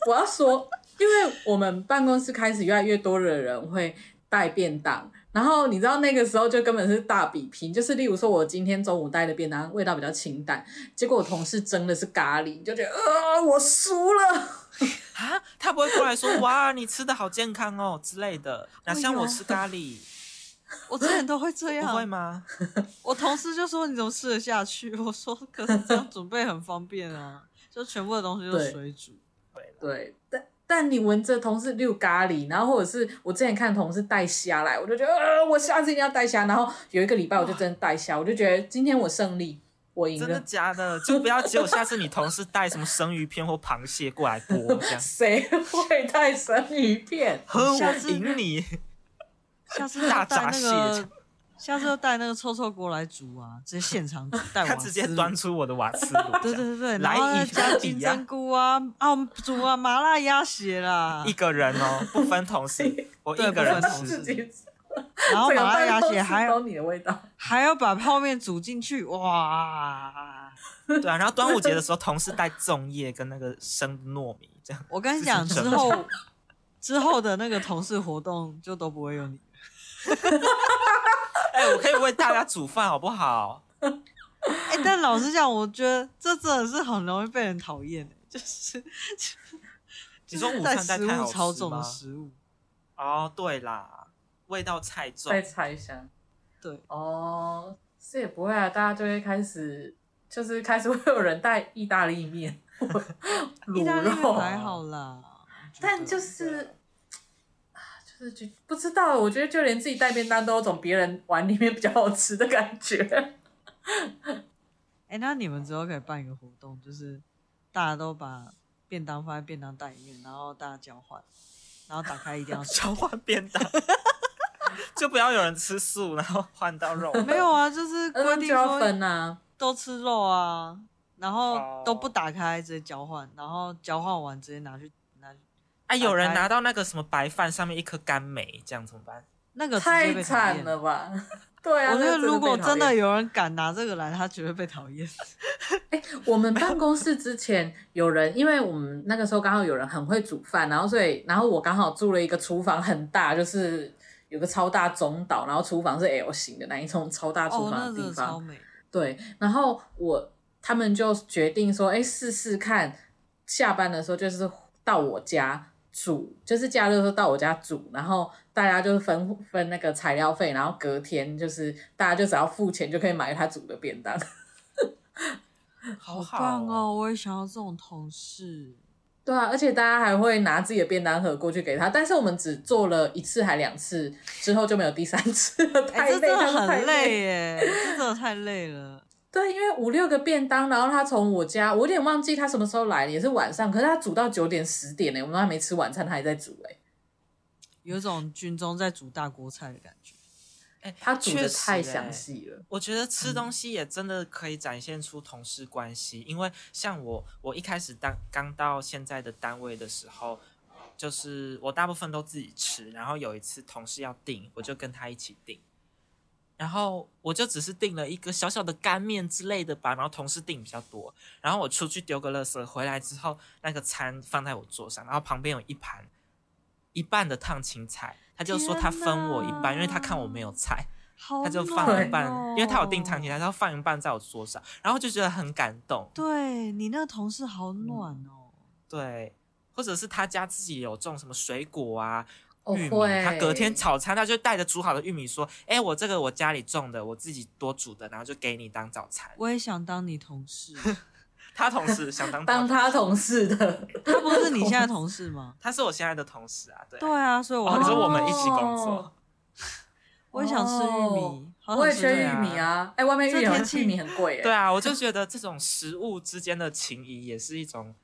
S1: 我要说，因为我们办公室开始越来越多的人会带便当，然后你知道那个时候就根本是大比拼，就是例如说我今天中午带的便当味道比较清淡，结果我同事蒸的是咖喱，就觉得啊、我输了。
S3: 啊，他不会过来说哇，你吃的好健康哦之类的，哪像
S2: 哎呦
S3: 我吃咖喱，
S2: 我之前都会这
S1: 啊
S3: 不会
S2: 样，
S3: 吗？
S2: 我同事就说你怎么吃得下去？我说可是这样准备很方便啊， 就全部的东西都
S1: 对
S2: 水煮。
S1: 对，但但你闻着同事溜咖喱，然后或者是我之前看同事带虾来，我就觉得呃，我下次一定要带虾。然后有一个礼拜我就真的带虾，我就觉得今天我胜利，我赢
S3: 真的
S1: 了。
S3: 假的？就不要结果下次你同事带什么生鱼片或螃蟹过来剥，这 样
S1: 谁会带生鱼片？
S3: 呵，我
S2: 下次
S3: 赢你。
S2: 下次就
S3: 大
S2: 带
S3: 闸
S2: 那
S3: 蟹
S2: 个，下次就带那个臭臭锅来煮啊，直接现场煮，带
S3: 他
S2: 瓦斯
S3: 直接
S2: 炉
S3: 端。出我的瓦 斯炉，
S2: 对对对对，
S3: 来
S2: 然后再
S3: 一
S2: 加
S3: 个
S2: 金
S3: 底呀
S2: 针菇啊，啊，我们煮啊麻辣鸭血啦
S3: 一，个人哦，不分同 事，我
S2: 对
S3: 一个人
S2: 不分同
S1: 自
S3: 吃
S2: 事。
S1: 己
S2: 然后
S1: 整个
S2: 麻辣
S1: 办
S2: 鸭
S1: 公
S2: 血
S1: 室
S2: 还有
S1: 都你的味道，
S2: 还要把泡面煮进去，哇！
S3: 对啊，然后端午节的时候，同事带粽叶跟那个生糯米，这样
S2: 我跟你讲，
S3: 是
S2: 之
S3: 真的
S2: 后之后的那个同事活动就都不会有你。
S3: 哎、我可以为大家煮饭好不好？
S2: 哎、但老实讲，我觉得这真的是很容易被人讨厌的，欸就是
S3: 你
S2: 就
S3: 说
S2: 是
S3: 午
S2: 带
S3: 餐带
S2: 食
S3: 太
S2: 物
S3: 好
S2: 超
S3: 吃
S2: 重的
S3: 吗？
S2: 食物，
S3: 哦，对啦，味道太重
S1: 再。猜一下。
S2: 对，
S1: 哦，这也不会啊，大家就会开始，就是开始会有人带意大利面、
S2: 意大
S1: 卤
S2: 利面
S1: 肉，
S2: 还好啦，
S1: 但就是啊，就是就不知道，我觉得就连自己带便当都有种别人碗里面比较好吃的感觉。
S2: 哎、那你们之后可以办一个活动，就是大家都把便当放在便当袋里面，然后大家交换，然后打开一定要吃。
S3: 交换便当，就不要有人吃素，然后换 到肉。
S2: 没有啊，就是
S1: 那嗯
S2: 规
S1: 就
S2: 定
S1: 要
S2: 说
S1: 分啊，
S2: 都吃肉啊，然后
S3: 哦
S2: 都不打开直接交换，然后交换完直接拿去拿去
S3: 哎，有人拿到那个什么白饭上面一颗甘梅，这样怎么办？
S2: 那个直接
S1: 太
S2: 被讨
S1: 惨
S2: 厌
S1: 了。吧？对啊，
S2: 我觉
S1: 那
S2: 得
S1: 个
S2: 如果
S1: 被讨
S2: 真的
S1: 厌
S2: 有人敢拿这个来，他绝对被讨厌。
S1: 我们办公室之前有人，因为我们那个时候刚好有人很会煮饭，然后所以，然后我刚好住了一个厨房很大，就是有个超大中岛，然后厨房是 L 型的那一种超大厨
S2: 哦，
S1: 房
S2: 那
S1: 的
S2: 真
S1: 地
S2: 的
S1: 方。
S2: 超美。
S1: 对，然后我他们就决定说，哎，试试看，下班的时候就是到我家煮，就是假日的时候到我家煮，然后大家就是分分那个材料费，然后隔天就是大家就只要付钱就可以买他煮的便当。
S3: 好
S2: 好棒哦！！我也想要这种同事。
S1: 对啊，而且大家还会拿自己的便当盒过去给他，但是我们只做了一次还两次，之后就没有第三次了，
S2: 哎、
S1: 太
S2: 这
S1: 累，
S2: 真
S1: 他
S2: 的
S1: 们太
S2: 很累耶，这真的太累了。
S1: 对，因为五六个便当，然后他从我家，我有点忘记他什么时候来，也是晚上，可是他煮到九点十点呢、我们还没吃晚餐，他还在煮哎、
S2: 有一种军中在煮大锅菜的感觉。
S3: 哎，
S1: 他煮的
S3: 确实
S1: 太
S2: 欸
S3: 哎
S1: 详细了，
S3: 我觉得吃东西也真的可以展现出同事关系，因为像我，我一开始当刚到现在的单位的时候，就是我大部分都自己吃，然后有一次同事要订，我就跟他一起订，然后我就只是订了一个小小的干面之类的吧，然后同事订比较多，然后我出去丢个垃圾，回来之后那个餐放在我桌上，然后旁边有一盘一半的烫青菜，他就说他分我一半，因为他看我没有菜。
S2: 好哦
S3: 他就
S1: 暖
S3: 放一半，因为他有订
S2: 场
S3: 长期，他要放一半在我桌上，然后就觉得很感动。
S2: 对你那个同事好暖哦，
S3: 对，或者是他家自己有种什么水果啊、
S1: 我
S3: 玉
S1: 哦会。
S3: 米，他隔天早餐他就带着煮好的玉米说：“哎，我这个我家里种的，我自己多煮的，然后就给你当早餐。
S2: 我也想当你同事。”
S3: 他同事想当
S1: 当
S3: 他，
S1: 他同事的，
S2: 他不是你现 在同事吗？
S3: 他是我现在的同事啊，对
S2: 对
S3: 啊。
S2: 啊，所以我
S3: 哦
S2: 很
S3: 你
S1: 可是
S3: 说我们一起工
S1: 哦
S3: 作，
S2: 哦我也想吃玉米，好
S1: 我
S2: 想
S1: 也
S2: 吃
S1: 缺
S3: 对
S1: 玉
S3: 啊
S1: 米啊！哎、外面
S2: 这
S1: 玉米好
S2: 天
S1: 像
S2: 气
S1: 玉米很贵、哎。
S3: 对啊，我就觉得这种食物之间的情谊也是一种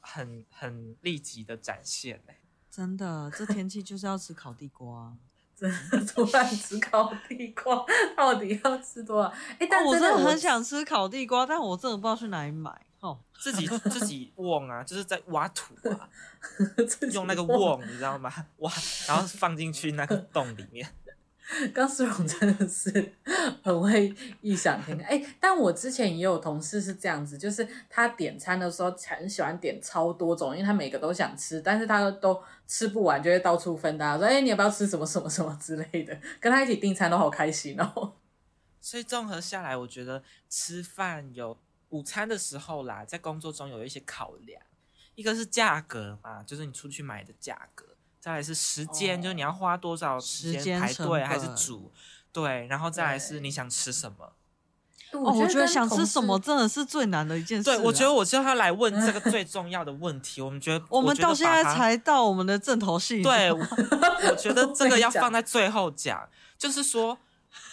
S3: 很很立即的展现、欸。
S2: 真的，这天气就是要吃烤地 瓜。哦
S1: 真的 突然吃烤地瓜，到底要吃多少？哎、但
S2: 哦我
S1: 真
S2: 真
S1: 的
S2: 的很，想吃烤地瓜，但我真的不知道去哪里买。哦，
S3: 自己自己 瓮啊，就是在挖土啊，
S1: 自己
S3: 用那个
S1: 忘了。
S3: 瓮，你知道吗？ 挖，然后放进去那个洞里面。
S1: 刚思荣真的是很会异想天开。哎、但我之前也有同事是这样子，就是他点餐的时候很喜欢点超多种，因为他每个都想吃，但是他都吃不完，就会到处分大家说：“哎、你要不要吃什么什么什么之类的？”跟他一起订餐都好开心哦。
S3: 所以综合下来，我觉得吃饭有午餐的时候啦，在工作中有一些考量，一个是价格嘛，就是你出去买的价格；再来是时间，
S1: 哦
S3: 就是你要花多少时
S2: 时
S3: 间
S2: 间
S3: 排
S2: 成
S3: 队还是
S2: 本
S3: 煮，对，然后再来
S1: 对
S3: 是你想吃什么。
S2: 哦，我觉得
S1: 跟
S2: 想吃
S1: 同
S2: 什么
S1: 事
S2: 真的是最难的一件事啊、
S3: 对，我觉得我就要来问 这个最重要的问题。我们觉得
S2: 我们
S3: 觉得
S2: 到现
S3: 把
S2: 在
S3: 它
S2: 才到我们的正头戏。
S3: 对，我我觉得这个要放
S1: 在
S3: 在最后 讲，就是说，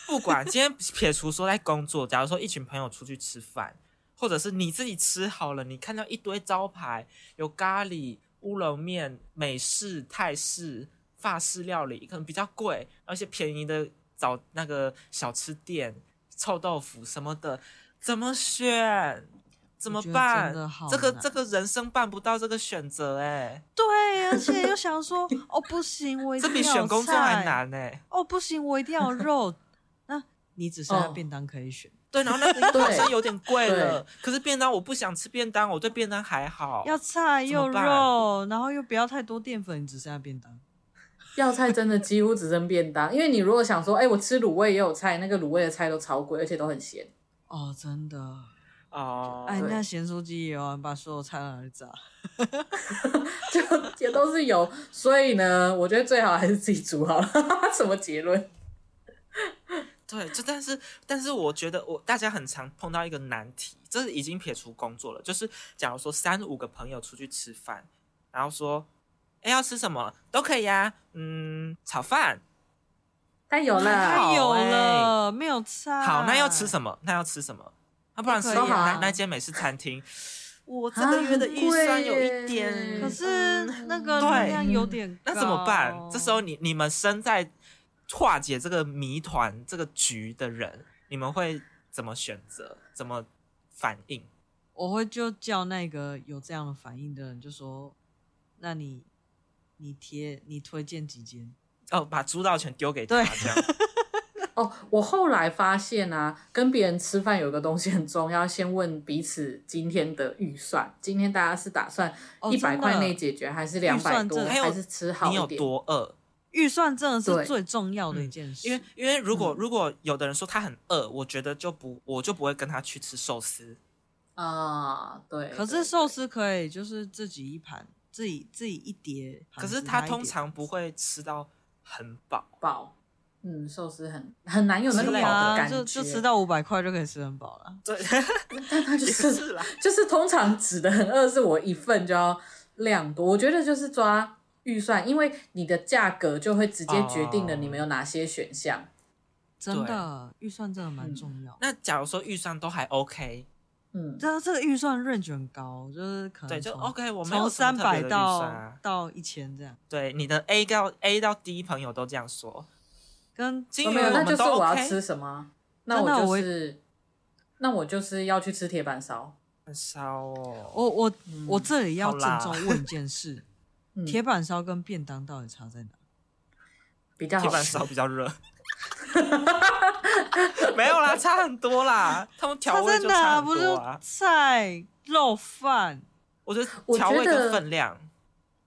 S3: 不管今天撇除说在工作，假如说一群朋友出去吃饭，或者是你自己吃好了，你看到一堆招牌，有咖喱、乌龙面、美式、泰式、法式料理，可能比较贵，而且便宜的早那个小吃店、臭豆腐什么的，怎么选？怎么
S2: 我觉得
S3: 办
S2: 真的好？
S3: 这个
S2: 难
S3: 这个人生办不到这个选择哎、
S2: 对，而且又想说，哦，不行，我一
S3: 这
S2: 定要
S3: 比选工作还
S2: 菜。
S3: 难呢、欸
S2: 哦，不行，我一定要有肉。那你只剩下
S1: 哦
S2: 便当可以选，
S3: 对，然后 那个
S1: 对
S3: 好像有点贵了。可是便当我不想吃便当，我对便当还好。
S2: 要菜
S3: 怎么
S2: 又
S3: 办
S2: 肉，然后又不要太多淀粉，你只剩下便当。
S1: 要菜真的几乎只剩便当，因为你如果想说，哎、我吃卤味也有菜，那个卤味的菜都超贵，而且都很咸。
S2: 哦，真的，
S3: 哦，
S2: 哎，
S1: 对
S2: 那咸酥鸡也有人把所有菜拿来炸。
S1: 就也都是有，所以呢，我觉得最好还是自己煮好了。什么结论？
S3: 对，就但是但是我觉得我大家很常碰到一个难题，这是已经撇除工作了，就是假如说三五个朋友出去吃饭，然后说，哎，要吃什么都可以呀、嗯，炒饭
S1: 但有
S3: 还
S1: 了，
S2: 太有
S3: 好哎
S2: 了，没有菜。
S3: 好，那要吃什么？那要吃什么？啊，不然
S2: 啊都
S3: 吃
S2: 可以啊
S1: 啊
S3: 那那间美式餐厅，我这个月的预算有一点，
S1: 啊
S2: 可是那个
S3: 对
S2: 热量有点 高，
S3: 那怎么办？
S2: 哦
S3: 这时候你你们身在化解这个谜团、这个局的人，你们会怎么选择？怎么反应？
S2: 我会就叫那个有这样的反应的人，就说：“那你你贴你推荐几间？
S3: 哦，把主导权丢给他，
S2: 对
S3: 这样
S1: 哦，我后来发现啊，跟别人吃饭有一个东西很重要，先问彼此今天的预算。今天大家是打算
S2: 哦
S1: 一百
S2: 真的
S1: 块内解决，还是两
S2: 预
S1: 百
S2: 算
S1: 多，
S2: 真的
S3: 还有
S1: 还是吃好
S3: 你有
S1: 一点？
S3: 多饿？
S2: 预算真的是
S1: 对
S2: 最重要的一件
S3: 嗯
S2: 事，
S3: 因为因为如果、
S1: 嗯
S3: 如果有的人说他很饿，我觉得就不我就不会跟他去吃寿司。
S1: 啊，对。对
S2: 可是寿司可以就是自己一盘，自己自己一碟盘
S3: 可
S2: 子，
S3: 是
S2: 他
S3: 他
S2: 一
S3: 通
S2: 碟
S3: 常不会吃到很饱。
S1: 饱，嗯，寿司很很难有那个饱
S3: 之类
S2: 对
S3: 的
S1: 的
S2: 啊，
S1: 感
S2: 就
S1: 觉，
S2: 就吃到五百块就可以吃很饱了。
S3: 对，
S1: 但它就
S3: 也
S1: 是
S3: 是啦。
S1: 就是通常指的很饿，是我一份就要量多。我觉得就是抓预算，因为你的价格就会直接决定了
S3: 哦
S1: 你们有哪些选项。
S2: 真的，预算真的蛮
S1: 嗯
S2: 重要。
S3: 那假如说预算都还 OK，
S1: 嗯，
S2: 但是这个预算 range 很高，就是可能
S3: 对，就
S2: 嗯从
S3: OK，我没有
S2: 从
S3: 什
S2: 三
S3: 么特别
S2: 百
S3: 的预
S2: 到、
S3: 算啊
S2: 到一千这样，
S3: 对，你的 A 到 A 到 D 朋友都这样说，
S2: 跟
S3: 金
S1: 都
S3: 鱼
S1: 没有，
S3: 我
S1: 那
S3: 们
S1: 就是
S3: 都
S1: 我要
S3: OK。
S1: 吃什么？
S2: 那那
S1: 我
S2: 我
S1: 就是，那我就是要去吃铁板烧。
S3: 很烧哦，
S2: 我我、
S1: 嗯
S2: 我这里要
S3: 好啦
S2: 郑重问一 件事：
S1: 嗯，
S2: 铁板烧跟便当到底差在哪？
S1: 比较
S3: 铁
S1: 好
S3: 板
S1: 吃
S3: 烧。比较热。 没有啦，差很 多啦，他们调
S2: 差
S3: 味
S2: 在
S3: 就
S2: 哪？
S3: 差
S2: 不
S3: 很
S2: 是
S3: 多啊。
S2: 菜、肉饭，
S3: 我觉
S1: 我
S3: 得
S1: 觉
S3: 调
S1: 得
S3: 味跟分量，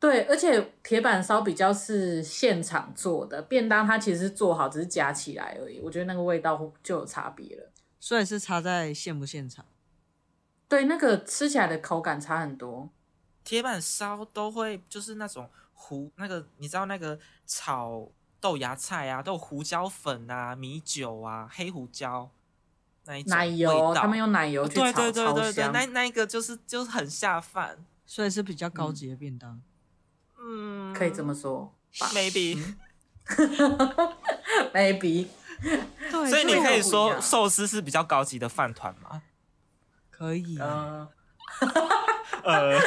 S1: 对，而且铁板烧比较是现场做的，便当它其实是做好，只是夹起来而已。我觉得那个味道就有差别了。
S2: 所以是差在现不现场。
S1: 对，那个吃起来的口感差很多。
S3: 铁板烧都会就是那种胡那个，你知道那个炒豆芽菜啊，都有胡椒粉啊、米酒啊、黑胡椒那一种
S1: 奶油，
S3: 味道
S1: 他们用奶油去炒，
S3: 对对对
S1: 超
S3: 对对，
S1: 香。
S3: 那那一个就是就是很下饭，
S2: 所以是比较高级的便当，
S3: 嗯，
S1: 可以这么说吧
S3: maybe。
S1: ，maybe。
S2: 对，
S3: 所以你
S2: 就
S3: 可以
S2: 有
S3: 说寿司是比较高级的饭团嘛？
S2: 可以，啊
S1: 嗯，
S3: 呃，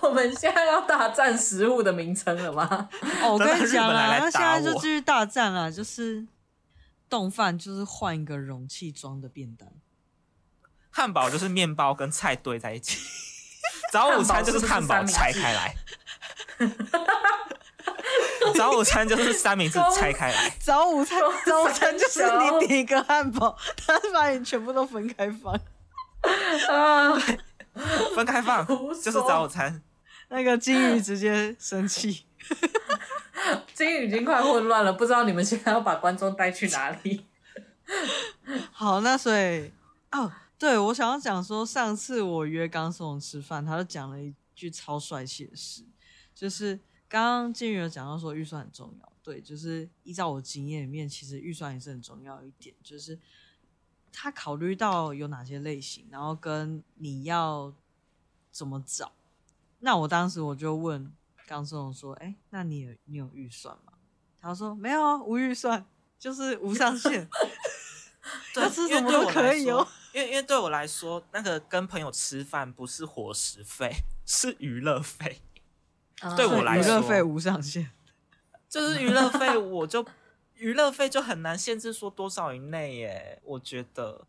S1: 我们现在要大战食物的名称了吗？
S2: 哦，我
S3: 等
S2: 跟
S3: 到
S2: 你
S3: 日
S2: 讲
S3: 本人
S2: 啦，
S3: 来
S2: 那现
S3: 打
S2: 在就
S3: 我
S2: 继续大战啦，就是冻饭就是换一个容器装的便当，
S3: 汉堡就是面包跟菜堆在一起， 早午餐就是汉堡拆开来，早午餐就是三明治拆开 来，
S2: 早午餐
S1: 中
S2: 早午餐就是
S1: 山
S2: 你点一个汉 堡，他把你全部都分开放，
S1: 啊，
S3: 分开放
S1: 胡说
S3: 就是早午餐。
S2: 那个金鱼直接生气。
S1: 金鱼已经快混乱了，不知道你们现在要把观众带去哪里？
S2: 好，那所以哦，对我想要讲说，上次我约刚松吃饭，他就讲了一句超帅气的事，就是刚刚金鱼有讲到说预算很重要，对，就是依照我经验里面，其实预算也是很重要一点，就是他考虑到有哪些类型，然后跟你要怎么找。那我当时我就问刚松说：“哎、那你有你有预算吗？”他说：“没有啊，无预算，就是无上限。”
S3: 对
S2: 要吃
S3: 因为
S2: 什么
S3: 对
S2: 都
S3: 我来
S2: 可以
S3: 说
S2: 哦。
S3: 因为因为对我来说，那个跟朋友吃饭不是伙食费， 是娱乐费。对我
S2: 所以
S3: 来
S2: 娱乐
S3: 说
S2: 费无上限。
S3: 就是娱乐费，我就娱乐费就很难限制说多少以内耶。我觉得，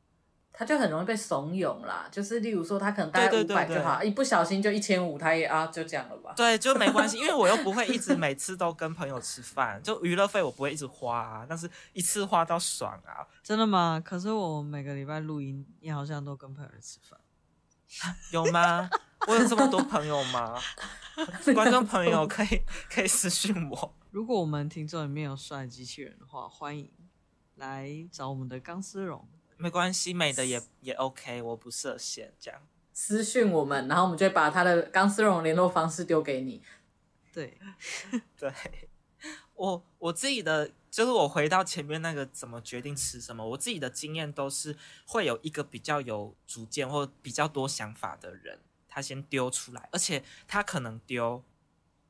S1: 他就很容易被怂恿啦。就是例如说，他可能大概
S3: 对
S1: 五
S3: 对
S1: 百
S3: 对
S1: 就好，一不小心就一千五，他也啊就这样了吧。
S3: 对，就没关系，因为我又不会一直每次都跟朋友吃饭，就娱乐费我不会一直花啊，但是一次花到爽啊。
S2: 真的吗？可是我每个礼拜录音，你好像都跟朋友吃饭。
S3: 有吗？我有这么多朋友吗？观众朋友可以可以私信我。
S2: 如果我们听众里面有帅机器人的话，欢迎来找我们的钢丝绒。
S3: 没关系，美的也也 OK，我不设限，这样
S1: 私讯我们，然后我们就会把他的钢丝绒联络方式丢给你。
S2: 对，
S3: 对。我我自己的就是我回到前面那个怎么决定吃什么，我自己的经验都是会有一个比较有主见或比较多想法的人，他先丢出来，而且他可能丢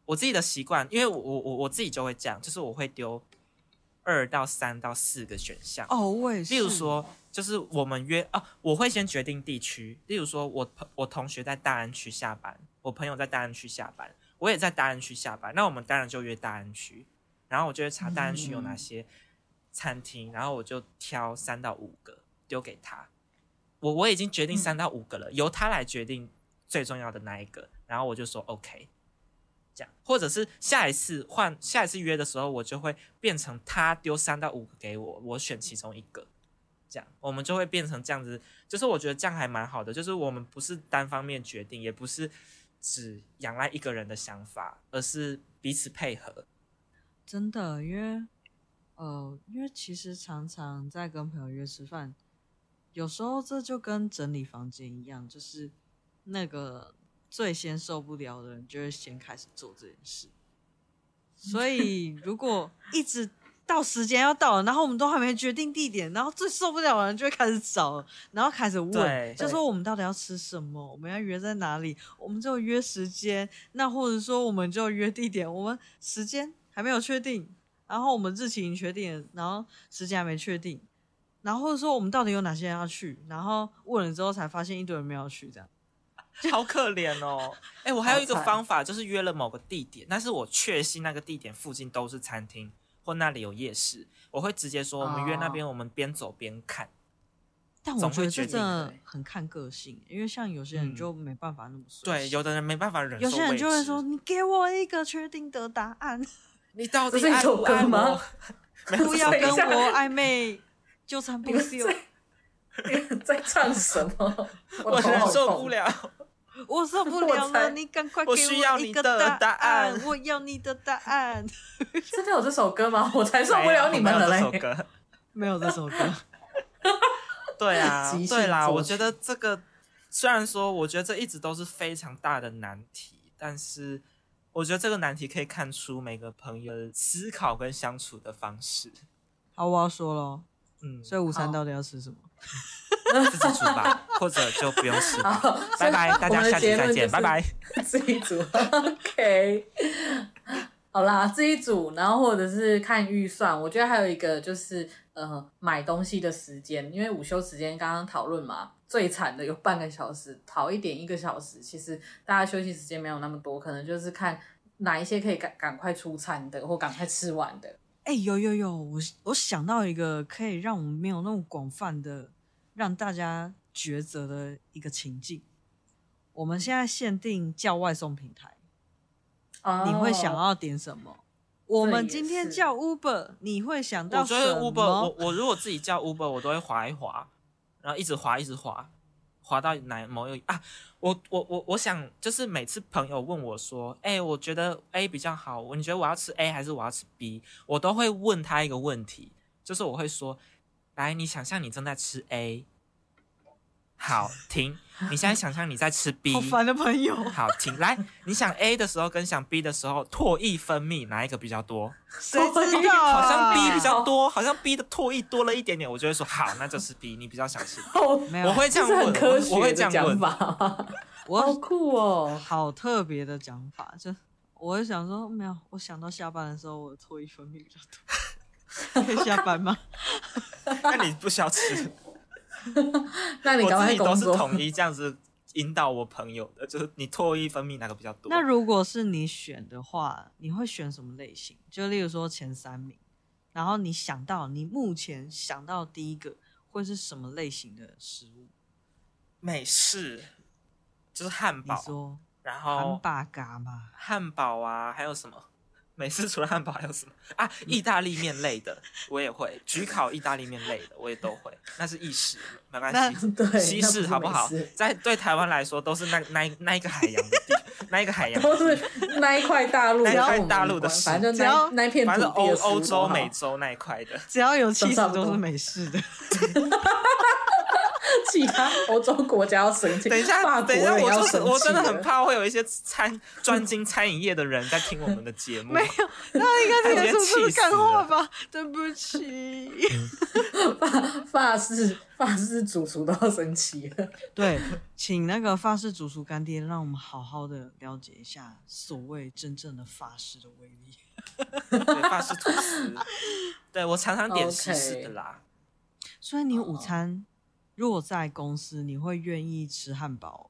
S3: 我自己的习惯，因为我我我我自己就会这样，就是我会丢二到三到四个选项。
S2: 哦，我也是。
S3: 例如，说，就是我们约啊，我会先决定地区。例如说我朋我同学在大安区下班，我朋友在大安区下班，我也在大安区下班，那我们当然就约大安区。然后我就会查大安区有
S2: 嗯
S3: 哪些餐厅，然后我就挑三到五个丢给他。我我已经决定
S2: 嗯
S3: 三到五个了，由他来决定最重要的那一个。然后我就说 OK，这样，或者是下一次换下一次约的时候，我就会变成他丢三到五个给我，我选其中一个，这样我们就会变成这样子。就是我觉得这样还蛮好的，就是我们不是单方面决定，也不是只仰赖一个人的想法，而是彼此配合。
S2: 真的，因为呃，因为其实常常在跟朋友约吃饭，有时候这就跟整理房间一样，就是那个最先受不了的人就会先开始做这件事。所以如果一直到时间要到了，然后我们都还没决定地点，然后最受不了的人就会开始找了，然后开始
S3: 对
S2: 问，就说我们到底要吃什么，我们要约在哪里，我们就约时间，那或者说我们就约地点，我们时间还没有确定，然后我们日期已经确定了，然后时间还没确定，然后或者说我们到底有哪些人要去，然后问了之后才发现一堆人没有去，这样
S3: 好可怜 哦！哎、我还有一个
S1: 好惨
S3: 方法，就是约了某个地点，但是我确信那个地点附近都是餐厅或那里有夜市，我会直接说我们约那边，我们边走边看。
S2: 但我
S3: 总
S2: 觉
S3: 会
S2: 得
S3: 决定
S2: 这真
S3: 的
S2: 的很看个性，因为像有些人
S3: 嗯
S2: 就没办法那么随
S3: 对，
S2: 性
S3: 有的人没办法忍受
S2: 有些人就
S3: 未
S2: 会
S3: 知
S2: 说：“你给我一个确定的答案，
S3: 你到底
S1: 这是一
S3: 爱
S1: 首
S3: 不
S1: 歌
S3: 爱
S1: 吗
S3: 我？没有
S2: 不要
S3: 这首
S2: 跟
S3: 歌
S2: 我暧昧，纠 缠不休。
S1: 在唱什么？
S3: 我
S1: 头
S3: 忍
S1: 好
S3: 受
S1: 痛
S3: 不。了。
S2: 我受不了
S1: 我
S2: 了，
S1: 才
S2: 你赶快给
S3: 我需要
S2: 一
S3: 你
S2: 个
S3: 的答
S2: 答
S3: 案
S2: 我要你的答案。
S1: 真的有这首歌吗？我才受不了你们了
S3: 没有这
S1: 嘞！
S3: 首歌。”
S2: 没有这首歌，
S3: 对啊
S1: 即，兴
S3: 对啦，
S1: 作
S3: 我
S1: 曲
S3: 觉得这个虽然说，我觉得这一直都是非常大的难题，但是我觉得这个难题可以看出每个朋友的思考跟相处的方式。
S2: 好，我要说了。
S3: 嗯，
S2: 所以午餐
S1: 好
S2: 到底要吃什么？
S3: 自己煮吧，或者就不用吃 吧。
S1: 好，
S3: 拜拜，大
S1: 我
S3: 家
S1: 们的
S3: 下
S1: 结
S3: 集再
S1: 论就
S3: 见，拜
S1: 是
S3: 拜。
S1: 自己组 OK，好啦，自己煮，然后或者是看预算。我觉得还有一个就是呃买东西的时间，因为午休时间刚刚讨论嘛，最惨的有半个小时，好一点一个小时。其实大家休息时间没有那么多，可能就是看哪一些可以赶赶快出餐的，或赶快吃完的。
S2: 哎、有有有，我我想到一个可以让我们没有那么广泛的让大家抉择的一个情境。我们现在限定叫外送平台，
S1: 哦
S2: 你会想要点什么？我们今天
S1: 是
S2: 叫 Uber，你会想到
S3: 我
S2: 什
S3: 觉得
S2: 么
S3: Uber，我我如果自己叫 Uber，我都会滑一滑，然后一直滑一直滑，滑到哪某一个啊，我我我我想就是每次朋友问我说，哎、我觉得 A 比较好，你觉得我要吃 A 还是我要吃 B？我都会问他一个问题，就是我会说，来，你想象你正在吃 A，好停，你现在想象你在吃 B，
S2: 好烦哦的朋友，
S3: 好停，来，你想 A 的时候跟想 B 的时候，唾液分泌哪一个比较多？
S2: 谁知道啊？
S3: 好像 B 比较
S1: 哦
S3: 多，好像 B 的唾液多了一点点，我就会说好，那就是 B，你比较 想吃。
S1: 哦，
S2: 没有，
S3: 我会这
S1: 这
S3: 样
S1: 是
S3: 问，
S1: 很科
S3: 我我
S1: 学
S3: 会这
S1: 的
S3: 样
S1: 讲
S3: 问。
S1: 法，好
S2: 我
S1: 酷哦！
S2: 好特别的讲法，就我会想说，没有，我想到下班的时候，我脱衣分泌比较 多，可以下班吗？
S3: 那你不需要吃，
S1: 那你赶
S3: 我自
S1: 快
S3: 己都
S1: 工
S3: 是
S1: 作。
S3: 统一这样子引导我朋友的，就是你唾液分泌哪个比较多
S2: 那。如果是你选的话，你会选什么类型？就例如说前三名，然后你想到你目前想到第一个会是什么类型的食物？
S3: 美式就是汉
S2: 你
S3: 堡，
S2: 说
S3: 然
S2: 汉
S3: 后
S2: 巴嘎嘛？
S3: 汉堡啊，还有什么？美式除了汉堡还有什么啊？
S1: 嗯
S3: 意大利面类的我也会，焗烤意大利面类的我也都会，那是意式，没关系。
S1: 对，
S3: 西
S1: 那
S3: 式
S1: 是
S3: 好不
S1: 美
S3: 好
S1: 式？
S3: 在对台湾来说，都是那那一那一个海洋的地，那一个海洋的
S1: 都
S3: 地，
S1: 是那一块大陆，
S3: 那一块
S1: 然后我们
S3: 大陆的
S1: 反正就
S2: 只
S1: 那
S2: 要
S1: 那一片土
S3: 反正
S1: 地
S3: 欧
S1: 的食物
S3: 欧洲、
S1: 好不好
S3: 美洲那一块的。
S2: 只要有气
S1: 差不
S2: 质
S1: 多
S2: 都是美式的。
S1: 其他欧洲国家要生气，
S3: 等一
S1: 法
S3: 下，
S1: 国
S3: 等一下，
S1: 人
S3: 我
S1: 要
S3: 就
S1: 生气
S3: 是
S1: 了
S3: 我真的很怕会有一些 餐专精餐饮业的人在听我们的节目。没有，
S2: 那应
S3: 直接
S2: 该这个是不
S3: 气
S2: 是
S3: 死
S2: 干话
S3: 了
S2: 吧？对不起。
S1: 法法式法式主厨都要生气了。
S2: 对，请那个法式主厨干爹，让我们好好的了解一下所谓真正的法式的威力。
S3: 法式吐司， 对我常常点西式的啦。
S2: 所以你午
S1: 哦
S2: 餐如果在公司，你会愿意吃汉堡哦？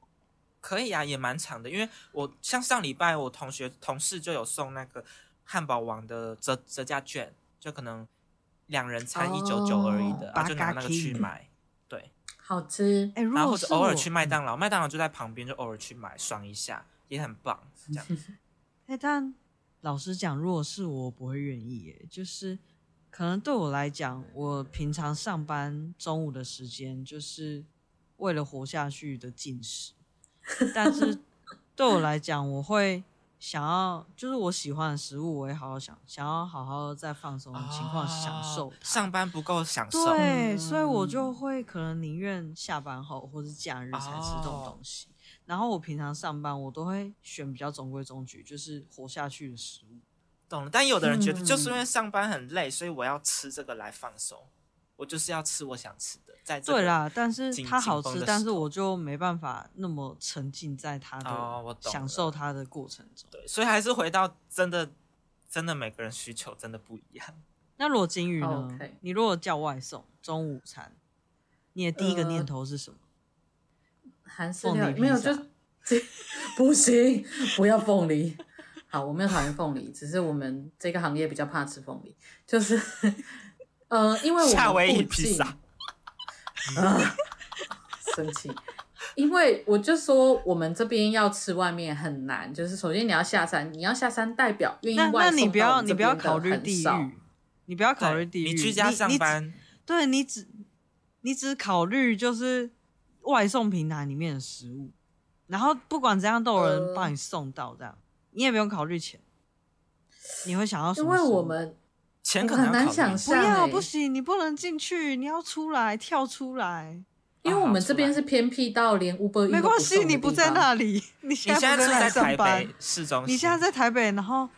S3: 可以啊，也蛮长的，因为我像上礼拜我同学同事就有送那个汉堡王的折折价券，就可能两人餐
S1: 哦
S3: 一九九而已的，啊，就拿那个
S2: Burger
S3: 去
S2: King
S3: 买。对，
S1: 好吃，
S2: 哎，如
S3: 然后
S2: 果
S3: 或者
S2: 是
S3: 偶尔
S2: 我
S3: 去麦，当劳，麦当劳就在旁边，就偶尔去买爽一下，也很棒。这样
S2: 哎，但老实讲，如果是我，我不会愿意耶。就是可能对我来讲，我平常上班中午的时间，就是为了活下去的进食。但 是对我来讲，我会想要，就是我喜欢的食物，我也好好想，想要好好在放松的情况享受
S3: 哦
S2: 它。
S3: 上班不够享受，
S2: 对，
S1: 嗯
S2: 所以我就会可能宁愿下班后或是假日才吃这种
S3: 哦
S2: 东西。然后我平常上班，我都会选比较中规中矩，就是活下去的食物。
S3: 懂了。但有的人觉得
S1: 嗯
S3: 就是因为上班很累，所以我要吃这个来放松，我就是要吃我想吃的。在这个
S2: 对啦，但是
S3: 紧
S2: 它好
S3: 紧绷
S2: 吃，
S3: 的
S2: 但
S3: 时
S2: 是
S3: 候
S2: 我就没办法那么沉浸在它的、
S3: 哦我懂
S2: 享
S3: 了
S2: 受它的过程中。
S3: 对，所以还是回到真的，真的每个人需求真的不一样。
S2: 那如果金鱼呢
S1: OK
S2: 你如果叫外送中午餐，你的第一个
S1: 呃
S2: 念头是什么？
S1: 韩式
S2: 凤
S1: 料
S2: 梨
S1: 理没有
S2: 披
S1: 就
S2: 萨。
S1: 不行，不要凤梨。好，我没有讨厌凤梨，只是我们这个行业比较怕吃凤梨，就是呃，因为我们
S3: 夏威夷
S1: 附近
S3: 披萨，
S1: 啊，生气。因为我就说，我们这边要吃外面很难，就是首先你要下山，你要下山代表愿意
S2: 那
S1: 外
S2: 那
S1: 送
S2: 你不
S1: 到我
S2: 要
S1: 们
S2: 你
S1: 这
S2: 不要
S1: 边的
S2: 考虑
S1: 很
S2: 地
S1: 少
S2: 域，你不要考虑
S3: 对
S2: 地域。
S3: 你居家上
S2: 你只
S3: 班，
S2: 对你只你只考虑就是外送平台里面的食物，然后不管怎样都有
S1: 呃
S2: 人帮你送到，这样、你也不用考虑钱。你会想要什
S1: 因
S2: 么
S1: 为
S2: 食物？
S1: 我们
S3: 钱
S1: 我
S3: 可
S1: 很
S3: 能
S1: 难
S3: 要考虑
S1: 想
S3: 一下
S2: 不
S1: 象
S2: 要
S1: 欸
S2: 不行，你不能进去，你要出来跳出来。
S1: 因
S2: 啊
S1: 为我们这边
S3: 好
S1: 是
S3: 出
S1: 偏僻到连 Uber Eats
S2: 没
S1: 都送
S2: 关系，
S1: 的
S2: 你
S1: 地
S2: 不在
S1: 方，
S2: 那里，你
S3: 你
S2: 现
S3: 现在
S2: 在不
S3: 住
S2: 在那
S3: 在
S2: 里上
S3: 台
S2: 班
S3: 北，市中心，
S2: 你现在在台北，然后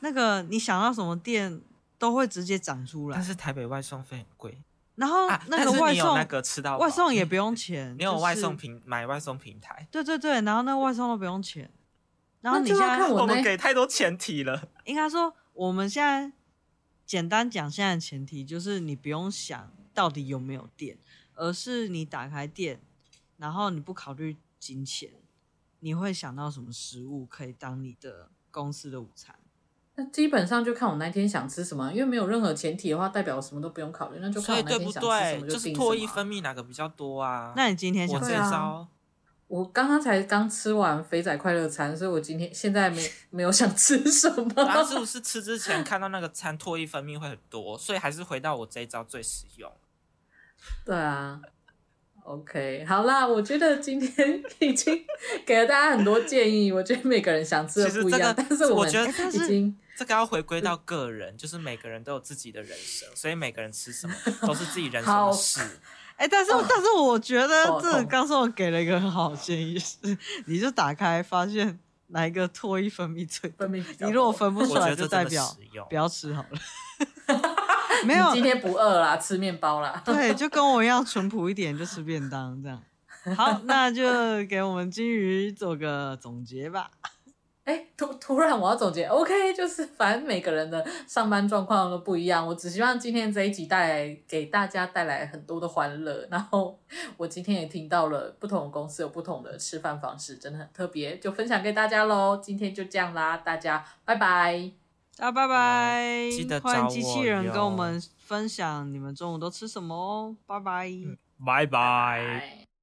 S2: 那个你想要什么店都会直接长出
S3: 但
S2: 来，
S3: 是台北外送费很贵
S2: 然后
S3: 啊。
S2: 哦那
S3: 但
S2: 个
S3: 是
S2: 外
S3: 你有
S2: 送、
S3: 那个吃到饱
S2: 外送也不用钱，
S3: 你有
S2: 就
S3: 外
S2: 是
S3: 送平买外送平台，
S2: 对对对，然后那个外送都不用钱，然后
S1: 那
S2: 你
S1: 就
S2: 现
S1: 要
S2: 在
S1: 看我
S3: 我们
S1: 那
S3: 给太多前提了。
S2: 应该说，我们现在简单讲，现在的前提就是你不用想到底有没有电，而是你打开店，然后你不考虑金钱，你会想到什么食物可以当你的公司的午餐？
S1: 那基本上就看我那天想吃什么，因为没有任何前提的话，代表我什么都不用考虑，那就看
S3: 所
S1: 我
S3: 以
S1: 那
S3: 对
S1: 天
S3: 不
S1: 想吃什
S3: 对？
S1: 么
S3: 就是
S1: 定什
S3: 唾液
S1: 么
S3: 分
S1: 啊。
S3: 泌哪个比较多啊？
S2: 那你今天
S3: 我
S2: 想
S1: 对
S3: 这
S1: 啊
S3: 招
S1: 我刚刚才刚吃完肥仔快乐餐，所以我今天现在没没有想吃什么。
S3: 然后是不是吃之前看到那个餐唾液分泌会很多，所以还是回到我这一招最实用。
S1: 对啊，OK，好啦，我觉得今天已经给了大家很多建议，我觉得每个人想吃的
S3: 其实
S1: 不一
S3: 这
S1: 样，
S3: 个
S1: 但是
S3: 我
S1: 们
S3: 觉得
S2: 但
S1: 已
S2: 是
S1: 经
S3: 这个要回
S2: 嗯
S3: 归到个人，就是每个人都有自己的人生，所以每个人吃 什么都是自己人生
S1: 好
S3: 的事。
S2: 哎、但
S1: 哦
S2: 是、但是我觉得
S1: 头
S2: 这个
S1: 痛
S2: 刚说我给了一个很好的建议，是你就打开发现哪一个唾液分泌最
S1: 分，
S2: 多
S1: 泌比较
S2: 你如果
S1: 多
S2: 分不
S3: 我
S2: 出
S3: 觉
S2: 来，
S3: 得
S2: 就
S3: 这
S2: 代
S3: 真的
S2: 表
S3: 实用
S2: 不。要吃好了。没有
S1: 你，今天不饿啦，吃面包啦。
S2: 对，就跟我一样淳朴一点，就吃便当这样。好，那就给我们金鱼做个总结吧。
S1: 哎，突突然我要总结，OK，就是 反正每个人的上班状况都不一样。我只希望今天这一集带来给大家带来很多的欢乐。然后我今天也听到了不同的公司有不同的吃饭方式，真的很特别，就分享给大家喽。今天就这样啦，大家拜拜。
S2: 大家拜拜，
S3: 记得
S2: 欢
S3: 找
S2: 迎
S3: 我
S2: 机器人跟
S3: 哟
S2: 我们分享你们中午都吃什么哦，拜拜。
S3: 拜拜。
S1: 拜